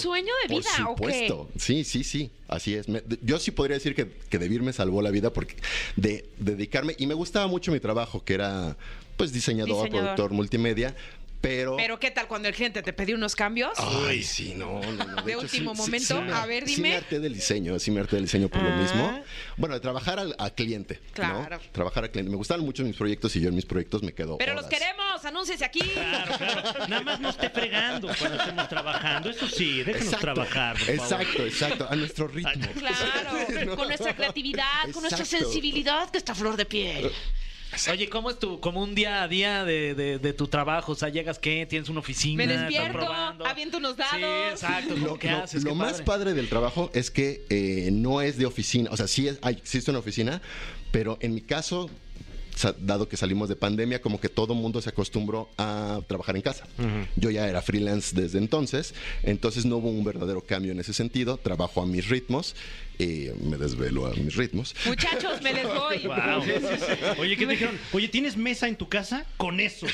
Speaker 2: ¿Sueño de vida
Speaker 7: por
Speaker 2: o
Speaker 7: supuesto. Sí, sí, sí. Así es. Me- yo sí podría decir que, que Debir me salvó la vida porque de, de dedicarme. Y me gustaba mucho mi trabajo, que era pues diseñador,
Speaker 2: Diseñador.
Speaker 7: productor, multimedia. Pero.
Speaker 2: qué? ¿Pero qué tal cuando el cliente te pedí unos cambios?
Speaker 7: Ay, sí, no, no, no.
Speaker 2: De último momento,
Speaker 7: me-
Speaker 2: a ver,
Speaker 7: Sí
Speaker 2: dime.
Speaker 7: me harté del diseño, sí me harté del diseño por lo
Speaker 2: Ah.
Speaker 7: mismo. Bueno, de trabajar al, a cliente. ¿no?
Speaker 2: Claro.
Speaker 7: Trabajar al cliente. Me gustaban mucho mis proyectos y yo en mis proyectos me quedo.
Speaker 2: Pero los
Speaker 7: horas.
Speaker 2: queremos, anúnciese aquí.
Speaker 3: Claro, claro. Nada más no esté fregando cuando estemos trabajando. Eso sí, déjenos
Speaker 7: Exacto,
Speaker 3: trabajar, por favor.
Speaker 7: Exacto, exacto, a nuestro ritmo.
Speaker 2: Claro,
Speaker 7: No.
Speaker 2: con nuestra creatividad, con nuestra
Speaker 7: Exacto.
Speaker 2: sensibilidad que está a flor de piel.
Speaker 4: Oye, ¿cómo es tu, como un día a día de, de- de tu trabajo? O sea, llegas qué, tienes una oficina,
Speaker 2: Me
Speaker 4: ¿Estás
Speaker 2: despierto,
Speaker 4: probando?
Speaker 2: aviento unos
Speaker 4: Sí,
Speaker 2: dados.
Speaker 4: exacto, ¿cómo
Speaker 7: lo,
Speaker 4: qué
Speaker 7: lo-
Speaker 4: haces?
Speaker 7: lo
Speaker 4: Qué
Speaker 7: más padre del trabajo es que eh, no es de oficina, o sea, sí es- hay- existe una oficina, pero en mi caso, sa- dado que salimos de pandemia, como que todo mundo se acostumbró a trabajar en casa. Yo ya era freelance desde entonces, entonces no hubo un verdadero cambio en ese sentido, trabajo a mis ritmos, eh, me desvelo a mis ritmos.
Speaker 2: Muchachos, me les voy.
Speaker 3: Guau. Oye, ¿qué te dijeron? Oye, ¿tienes mesa en tu casa? Con eso.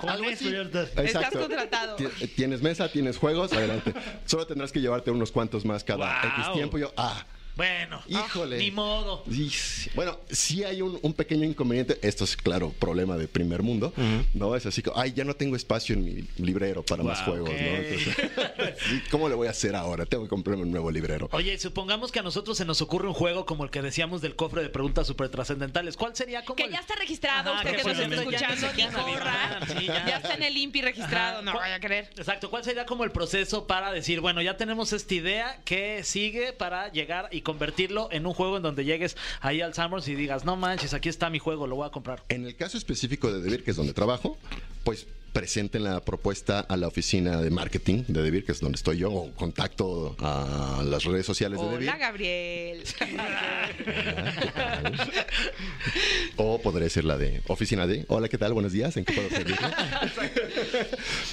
Speaker 3: Con eso. ya estás.
Speaker 2: Estás contratado.
Speaker 7: Ti- Tienes mesa, tienes juegos, adelante. Solo tendrás que llevarte unos cuantos más cada
Speaker 3: Wow.
Speaker 7: X tiempo. Yo, ah,
Speaker 4: Bueno,
Speaker 7: Híjole.
Speaker 4: ni modo.
Speaker 7: Sí, sí. Bueno, sí hay un, un pequeño inconveniente. Esto es, claro, problema de primer mundo, ¿no? Es así que, ay, ya no tengo espacio en mi librero para más
Speaker 3: Wow,
Speaker 7: juegos,
Speaker 3: ok.
Speaker 7: ¿no? Entonces, sí, ¿Cómo le voy a hacer ahora? Tengo que comprarme un nuevo librero.
Speaker 4: Oye, supongamos que a nosotros se nos ocurre un juego como el que decíamos del cofre de preguntas súper trascendentales. ¿Cuál sería como
Speaker 2: Que
Speaker 4: el-
Speaker 2: ya está registrado,
Speaker 4: Ajá,
Speaker 2: usted que nos está
Speaker 4: seguramente ya
Speaker 2: escuchando,
Speaker 4: se
Speaker 2: ni
Speaker 4: quieran
Speaker 2: corra.
Speaker 4: adivinar, Ah, sí,
Speaker 2: ya.
Speaker 4: ya.
Speaker 2: está en el INPI registrado,
Speaker 4: Ajá.
Speaker 2: no
Speaker 4: ¿Cuál-
Speaker 2: vaya a creer.
Speaker 4: Exacto, ¿cuál sería como el proceso para decir, bueno, ya tenemos esta idea, ¿qué sigue para llegar y convertirlo en un juego en donde llegues ahí al Summers y digas, no manches, aquí está mi juego, lo voy a comprar?
Speaker 7: En el caso específico de Debir, que es donde trabajo, pues presenten la propuesta a la oficina de marketing de Debir, que es donde estoy yo, o contacto a las redes sociales de Debir.
Speaker 2: Hola, Gabriel.
Speaker 7: O podré ser la de oficina de hola, ¿qué tal? Buenos días, ¿en qué puedo servirle?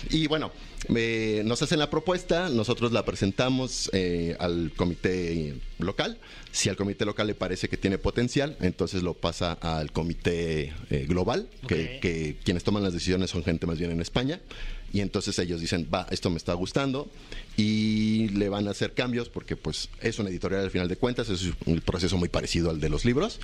Speaker 7: y bueno, eh, nos hacen la propuesta, nosotros la presentamos eh, al comité local. Si al comité local le parece que tiene potencial, entonces lo pasa al comité eh, global, que,
Speaker 4: Ok.
Speaker 7: que quienes toman las decisiones son gente más bien en España. Y entonces ellos dicen, va, esto me está gustando y le van a hacer cambios porque pues es una editorial al final de cuentas, es un proceso muy parecido al de los libros.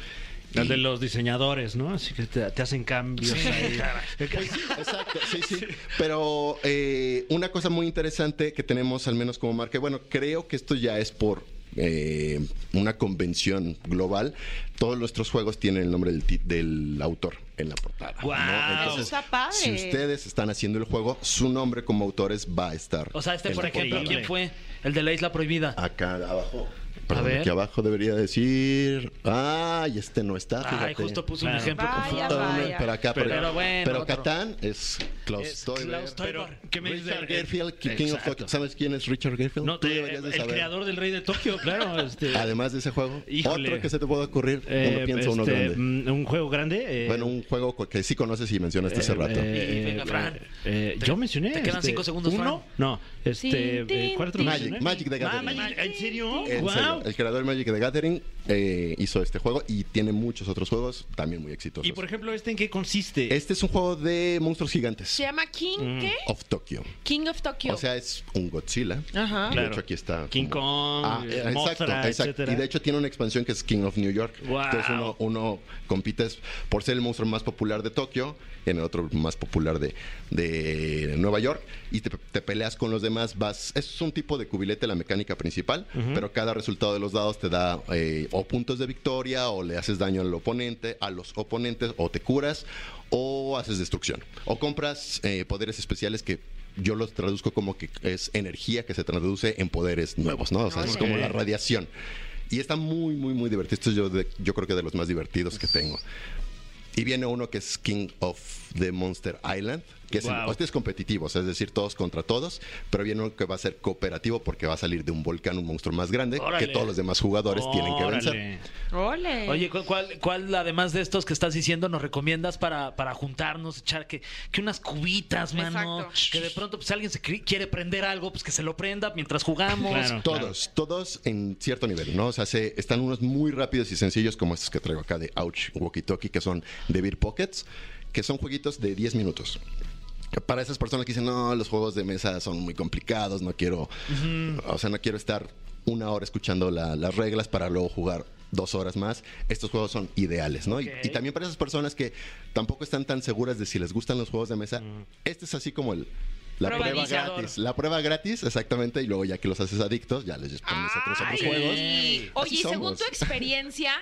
Speaker 3: El de
Speaker 7: Y-
Speaker 3: los diseñadores, ¿no? Así que te, te hacen cambios. ahí.
Speaker 7: Exacto, sí, sí. Pero eh, una cosa muy interesante que tenemos, al menos como marca, bueno, creo que esto ya es por eh, una convención global. Todos nuestros juegos tienen el nombre del, ti- del autor en la portada. ¿no?
Speaker 3: Guau.
Speaker 7: Entonces,
Speaker 2: Está padre.
Speaker 7: si ustedes están haciendo el juego, su nombre como autores va a estar.
Speaker 4: O sea, este,
Speaker 7: en
Speaker 4: por
Speaker 7: la
Speaker 4: ejemplo,
Speaker 7: portada.
Speaker 4: ¿quién fue? El de la Isla Prohibida.
Speaker 3: Ah,
Speaker 7: Acá abajo. Perdón,
Speaker 4: ver.
Speaker 7: aquí abajo debería decir. Ay, este no está.
Speaker 4: Ay,
Speaker 7: fíjate.
Speaker 4: justo puso
Speaker 3: Claro.
Speaker 4: un ejemplo con
Speaker 2: Vaya,
Speaker 7: No,
Speaker 4: foto.
Speaker 7: no,
Speaker 2: vaya.
Speaker 7: pero acá, pero,
Speaker 4: Pero bueno,
Speaker 7: pero
Speaker 4: otro.
Speaker 7: Catán es Klaus
Speaker 4: Es
Speaker 7: Stoiber.
Speaker 4: Klaus Stoiber.
Speaker 3: Pero, ¿qué me dices
Speaker 7: Richard
Speaker 3: de-
Speaker 7: Garfield, King of
Speaker 3: Exacto.
Speaker 7: Tokyo. ¿Sabes quién es Richard Garfield?
Speaker 3: No,
Speaker 7: Tú
Speaker 3: te-
Speaker 7: deberías de
Speaker 3: el
Speaker 7: saber.
Speaker 3: creador del Rey de Tokio, claro. Este,
Speaker 7: Además de ese juego,
Speaker 3: Híjole.
Speaker 7: otro que se te pueda ocurrir,
Speaker 3: eh,
Speaker 7: uno piensa uno
Speaker 3: este,
Speaker 7: grande.
Speaker 3: mm, Un juego grande. eh,
Speaker 7: bueno, un juego que sí conoces y mencionaste hace
Speaker 3: eh,
Speaker 7: rato.
Speaker 3: eh,
Speaker 4: Y venga,
Speaker 3: eh,
Speaker 4: Fran.
Speaker 3: eh,
Speaker 4: Te-
Speaker 3: yo mencioné.
Speaker 4: te quedan cinco segundos,
Speaker 3: ¿Uno?
Speaker 4: Fran.
Speaker 3: No. Este,
Speaker 2: Tin,
Speaker 3: eh,
Speaker 2: tin,
Speaker 3: ¿Cuál otro
Speaker 2: tin.
Speaker 7: Magic,
Speaker 3: mencioné?
Speaker 7: Magic the
Speaker 3: Ah,
Speaker 7: Gathering.
Speaker 3: Magic, ¿En serio?
Speaker 7: En
Speaker 3: wow.
Speaker 7: serio, el creador de Magic the Gathering eh, hizo este juego y tiene muchos otros juegos también muy exitosos.
Speaker 3: Y por ejemplo, ¿este en qué consiste?
Speaker 7: este es un juego de monstruos gigantes
Speaker 2: Se llama
Speaker 4: Mm.
Speaker 2: King, ¿qué?
Speaker 7: of Tokyo.
Speaker 2: King of Tokyo.
Speaker 7: O sea, es un Godzilla.
Speaker 2: Ajá.
Speaker 7: De
Speaker 3: Claro.
Speaker 7: hecho, aquí está. Ah,
Speaker 3: King Kong, eh,
Speaker 7: exacto,
Speaker 3: Mothra,
Speaker 7: exacto.
Speaker 3: etcétera.
Speaker 7: Y de hecho, tiene una expansión que es King of New York.
Speaker 3: Wow.
Speaker 7: Entonces, uno, uno compite es por ser el monstruo más popular de Tokio, en el otro más popular de, de Nueva York, y te, te peleas con los demás. vas Es un tipo de cubilete la mecánica principal, pero cada resultado de los dados te da eh, o puntos de victoria, o le haces daño al oponente, a los oponentes, o te curas, o haces destrucción, o compras eh, poderes especiales que yo los traduzco como que es energía que se traduce en poderes nuevos, ¿no? O sea, es como la radiación. Y está muy, muy, muy divertido. Esto es yo, de- yo creo que de los más divertidos que tengo. Y viene uno que es King of the Monster Island, que es,
Speaker 3: Wow.
Speaker 7: este es competitivo, o sea, es decir, todos contra todos, pero viene uno que va a ser cooperativo porque va a salir de un volcán un monstruo más grande
Speaker 3: Órale.
Speaker 7: que todos los demás jugadores tienen que vencer.
Speaker 3: Órale.
Speaker 2: Ole.
Speaker 4: Oye, ¿cu- ¿cuál, cuál además de estos que estás diciendo nos recomiendas para, para juntarnos, echar que, que unas cubitas, mano?
Speaker 2: Exacto.
Speaker 4: Que de pronto, pues si alguien se cri- quiere prender algo, pues que se lo prenda mientras jugamos.
Speaker 3: Claro.
Speaker 7: Todos, todos en cierto nivel, ¿no? O sea, se- están unos muy rápidos y sencillos como estos que traigo acá de Ouch Walkie Talkie, que son de Beer Pockets, que son jueguitos de 10 minutos. Que Para esas personas que dicen, no, los juegos de mesa son muy complicados, no quiero, o sea, no quiero estar una hora escuchando la- las reglas para luego jugar dos horas más, estos juegos son ideales, ¿no? Y-
Speaker 4: Ok.
Speaker 7: Y, también para esas personas que tampoco están tan seguras de si les gustan los juegos de mesa, este es así como el... La prueba
Speaker 4: Probadizador.
Speaker 7: gratis, la prueba gratis, exactamente, y luego ya que los haces adictos, ya les pones otros,
Speaker 4: Ah,
Speaker 7: otros
Speaker 2: Ay.
Speaker 7: juegos.
Speaker 2: Oye,
Speaker 7: Así
Speaker 2: y según
Speaker 7: somos.
Speaker 2: tu experiencia,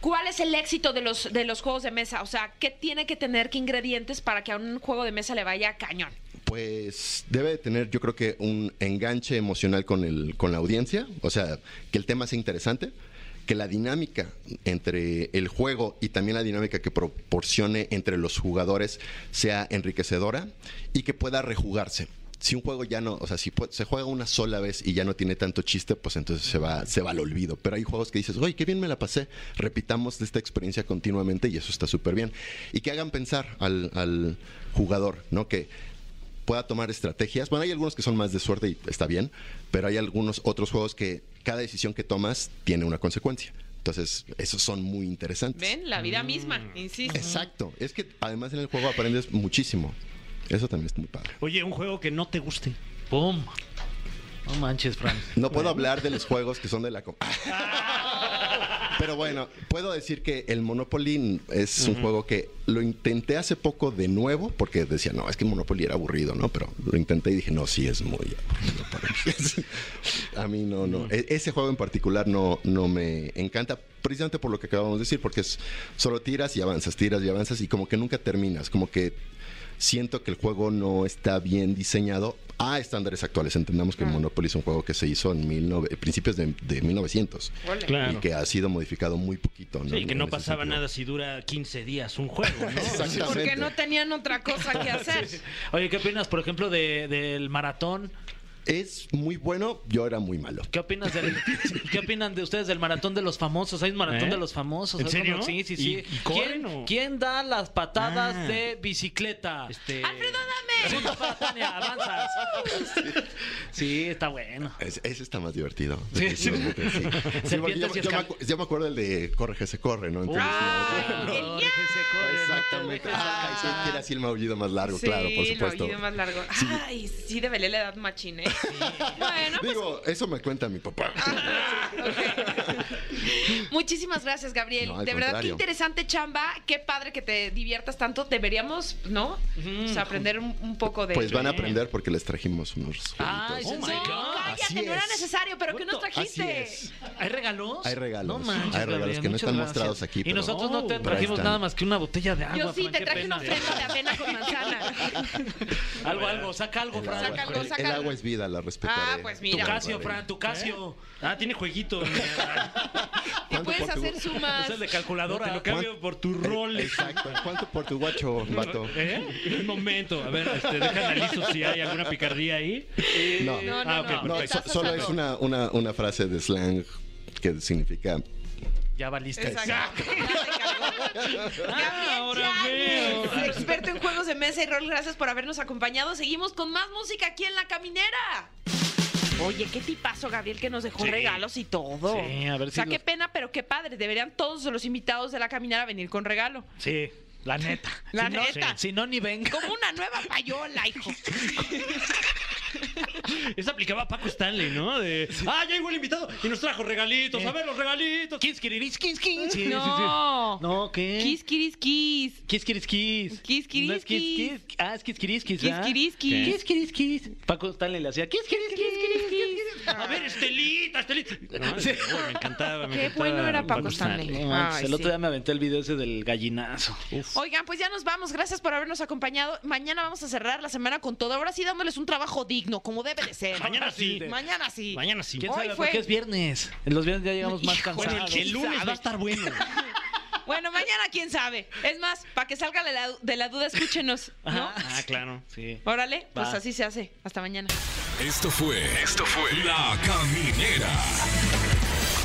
Speaker 2: ¿cuál es el éxito de los, de los juegos de mesa? O sea, ¿qué tiene que tener, qué ingredientes para que a un juego de mesa le vaya cañón?
Speaker 7: Pues debe de tener, yo creo que un enganche emocional con el, con la audiencia, o sea, que el tema sea interesante, que la dinámica entre el juego y también la dinámica que proporcione entre los jugadores sea enriquecedora y que pueda rejugarse. Si un juego ya no, o sea, si pu- se juega una sola vez y ya no tiene tanto chiste, pues entonces se va, se va al olvido. Pero hay juegos que dices, oye, qué bien me la pasé. Repitamos esta experiencia continuamente y eso está súper bien. Y que hagan pensar al, al jugador, ¿no? Que pueda tomar estrategias. Bueno, hay algunos que son más de suerte y está bien, pero hay algunos otros juegos que cada decisión que tomas tiene una consecuencia. Entonces, esos son muy interesantes.
Speaker 2: ¿Ven? La vida misma, insisto.
Speaker 7: Mm. Exacto. Es que además en el juego aprendes muchísimo. Eso también es muy padre.
Speaker 3: Oye, un juego que no te guste.
Speaker 4: ¡Pum! No manches, Fran.
Speaker 7: No puedo hablar de los juegos que son de la... co- Pero bueno, puedo decir que el Monopoly es un juego que lo intenté hace poco de nuevo, porque decía, no, es que Monopoly era aburrido, ¿no? Pero lo intenté y dije, no, sí, es muy aburrido para mí. A mí no, no.
Speaker 3: Mm.
Speaker 7: E- ese juego en particular no, no me encanta, precisamente por lo que acabamos de decir, porque es solo tiras y avanzas, tiras y avanzas, y como que nunca terminas, como que siento que el juego no está bien diseñado a estándares actuales. Entendamos
Speaker 3: Ah.
Speaker 7: que Monopoly es un juego que se hizo en 19 principios de, de 1900
Speaker 2: Ole.
Speaker 3: Claro.
Speaker 7: y que ha sido modificado muy poquito. ¿no?
Speaker 3: Sí, que
Speaker 7: En
Speaker 3: no
Speaker 7: ese
Speaker 3: pasaba
Speaker 7: sentido.
Speaker 3: nada si dura 15 días un juego, ¿no?
Speaker 7: Exactamente.
Speaker 2: Porque no tenían otra cosa que hacer.
Speaker 4: Oye, ¿qué opinas, por ejemplo, de- del maratón?
Speaker 7: Es muy bueno, yo era muy malo.
Speaker 4: ¿Qué opinas del, ¿Qué opinan de ustedes del maratón de los famosos? Hay un maratón
Speaker 3: ¿Eh?
Speaker 4: de los famosos.
Speaker 3: ¿En
Speaker 4: ¿sabes cómo?
Speaker 3: serio?
Speaker 4: Sí, sí, sí.
Speaker 3: ¿Y- y corren
Speaker 4: ¿Quién,
Speaker 3: o?
Speaker 4: quién da las patadas
Speaker 3: Ah.
Speaker 4: de bicicleta?
Speaker 3: Este,
Speaker 2: Alfredo, dame.
Speaker 4: Segunda para Tania, avanzas. Sí, está bueno.
Speaker 7: Es- ese está más divertido.
Speaker 4: Sí.
Speaker 7: Definitivamente, sí. Sí, porque yo,
Speaker 4: Serpientes y
Speaker 7: yo me
Speaker 4: escal-
Speaker 7: acu- yo me acuerdo el de corre que se corre, ¿no? Entonces,
Speaker 2: Ah,
Speaker 7: no,
Speaker 2: el
Speaker 4: no, dejes de correr, no te
Speaker 7: exactamente.
Speaker 4: dejes
Speaker 7: Ay, sí,
Speaker 4: avanzar.
Speaker 7: quiere así el maullido más largo, claro, por
Speaker 2: Ah. Sí, el
Speaker 7: supuesto.
Speaker 2: oído más largo. Ay, sí, develé la edad machine. Bueno, pues Ah,
Speaker 7: Digo, eso me cuenta mi papá.
Speaker 2: Muchísimas gracias, Gabriel.
Speaker 7: No, al
Speaker 2: de verdad, qué
Speaker 7: contrario.
Speaker 2: interesante chamba. Qué padre que te diviertas tanto. Deberíamos, ¿no? O sea, aprender un, un poco de.
Speaker 7: Pues van a aprender porque les trajimos unos
Speaker 4: Ay,
Speaker 7: jueguitos.
Speaker 4: sí.
Speaker 2: No,
Speaker 4: Oh my God.
Speaker 2: cállate,
Speaker 7: Así
Speaker 2: no era
Speaker 7: es.
Speaker 2: necesario, pero ¿qué nos
Speaker 4: Justo,
Speaker 7: Así
Speaker 2: trajiste?
Speaker 7: es.
Speaker 4: ¿Hay regalos?
Speaker 7: Hay regalos.
Speaker 4: No manches,
Speaker 7: Hay regalos
Speaker 4: Gabriel,
Speaker 7: que no
Speaker 4: muchas
Speaker 7: están
Speaker 4: gracias.
Speaker 7: mostrados aquí,
Speaker 4: Y
Speaker 7: pero-
Speaker 4: nosotros no
Speaker 7: Oh,
Speaker 4: te
Speaker 7: pero ahí
Speaker 4: trajimos
Speaker 7: están.
Speaker 4: nada más que una botella de agua.
Speaker 2: Yo sí,
Speaker 4: Fran,
Speaker 2: te
Speaker 4: qué
Speaker 2: traje
Speaker 4: pena.
Speaker 2: una ofrenda de avena con manzana.
Speaker 4: Algo, algo, saca algo,
Speaker 7: El
Speaker 4: Fran.
Speaker 7: agua,
Speaker 2: Saca algo,
Speaker 7: el-
Speaker 2: saca
Speaker 7: el
Speaker 2: algo.
Speaker 7: agua es vida, la respetaré.
Speaker 2: Ah, pues
Speaker 4: Tu
Speaker 2: mira.
Speaker 4: Casio, Fran, tu Casio.
Speaker 3: Ah, tiene jueguito.
Speaker 2: Y
Speaker 7: ¿Cuánto
Speaker 2: puedes
Speaker 7: por tu-
Speaker 2: hacer sumas.
Speaker 4: Esa es de
Speaker 3: Ahora
Speaker 4: calculadora.
Speaker 3: te lo cambio por tu rol.
Speaker 7: Exacto. ¿Cuánto por tu guacho, vato?
Speaker 3: ¿Eh? Un momento, a ver, este, deja analizo si hay alguna picardía ahí.
Speaker 7: No.
Speaker 2: No, no,
Speaker 3: Ah, ok,
Speaker 2: no.
Speaker 7: No,
Speaker 2: te
Speaker 7: so-
Speaker 2: estás
Speaker 7: solo es
Speaker 2: asando.
Speaker 7: una, una, una frase de slang que significa
Speaker 4: Ya valiste.
Speaker 2: Exacto.
Speaker 3: Ah, ahora
Speaker 2: Ahora
Speaker 3: veo.
Speaker 2: experto en juegos de mesa y rol, gracias por habernos acompañado. Seguimos con más música aquí en La Caminera. Oye, qué tipazo, Gabriel, que nos dejó
Speaker 4: Sí.
Speaker 2: regalos y todo.
Speaker 4: Sí, a ver
Speaker 2: O sea,
Speaker 4: si
Speaker 2: qué
Speaker 4: los-
Speaker 2: pena, pero qué padre. Deberían todos los invitados de La Caminera venir con regalo.
Speaker 4: Sí, la neta.
Speaker 2: La
Speaker 4: Si no-
Speaker 2: neta.
Speaker 4: si no, ni venga.
Speaker 2: Como una nueva payola, hijo.
Speaker 3: Esa aplicaba a Paco Stanley, ¿no? De, ah, ya llegó el invitado y nos trajo regalitos. A ver, los regalitos. Eh,
Speaker 4: Kiss, kiriris, kiss, kiss. Sí, sí, sí.
Speaker 2: no.
Speaker 4: No, ¿qué?
Speaker 2: Kiss, kiris, kiss.
Speaker 4: Kiss, kiss, kiss.
Speaker 2: Kiss, kiss,
Speaker 4: No es kiss,
Speaker 2: kiss.
Speaker 4: kiss. Ah, es kiss, kiss, kiss.
Speaker 2: Kiss,
Speaker 4: ¿verdad?
Speaker 2: kiss, kiss.
Speaker 4: Kiss, kiss, kiss. Paco Stanley le hacía kiss, kiss, kiss. kiss, kiss, kiss.
Speaker 3: A ver, Estelita, Estelita. No,
Speaker 4: Sí.
Speaker 3: no, me encantaba. Me
Speaker 2: Qué
Speaker 3: encantaba
Speaker 2: bueno era Paco
Speaker 3: Stanley.
Speaker 2: Stanley.
Speaker 4: No manches,
Speaker 2: Ay,
Speaker 4: el otro
Speaker 2: sí.
Speaker 4: día me aventé el video ese del gallinazo.
Speaker 2: Oigan, pues ya nos vamos. Gracias por habernos acompañado. Mañana vamos a cerrar la semana con todo. Ahora sí dándoles un trabajo digno, como debe de ser.
Speaker 3: Mañana sí.
Speaker 2: Mañana sí.
Speaker 3: Mañana sí.
Speaker 4: ¿Quién
Speaker 2: Hoy
Speaker 4: sabe?
Speaker 2: fue-
Speaker 4: Porque es viernes. En los viernes ya llegamos más
Speaker 2: Híjole,
Speaker 3: Bueno,
Speaker 4: cansados. Ah,
Speaker 3: el, el lunes va a estar bueno.
Speaker 2: Bueno, mañana ah, quién sabe. Es más, para que salga de la, de la duda, escúchenos. ¿No?
Speaker 3: Ah, claro.
Speaker 4: Sí.
Speaker 2: Órale, pues
Speaker 4: Va.
Speaker 2: así se hace. Hasta mañana.
Speaker 1: Esto fue. Esto fue. La Caminera.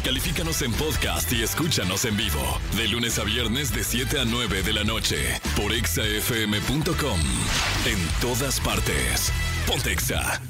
Speaker 1: Califícanos en podcast y escúchanos en vivo. De lunes a viernes, de 7 a 9 de la noche. Por exafm.com. En todas partes. Pontexa.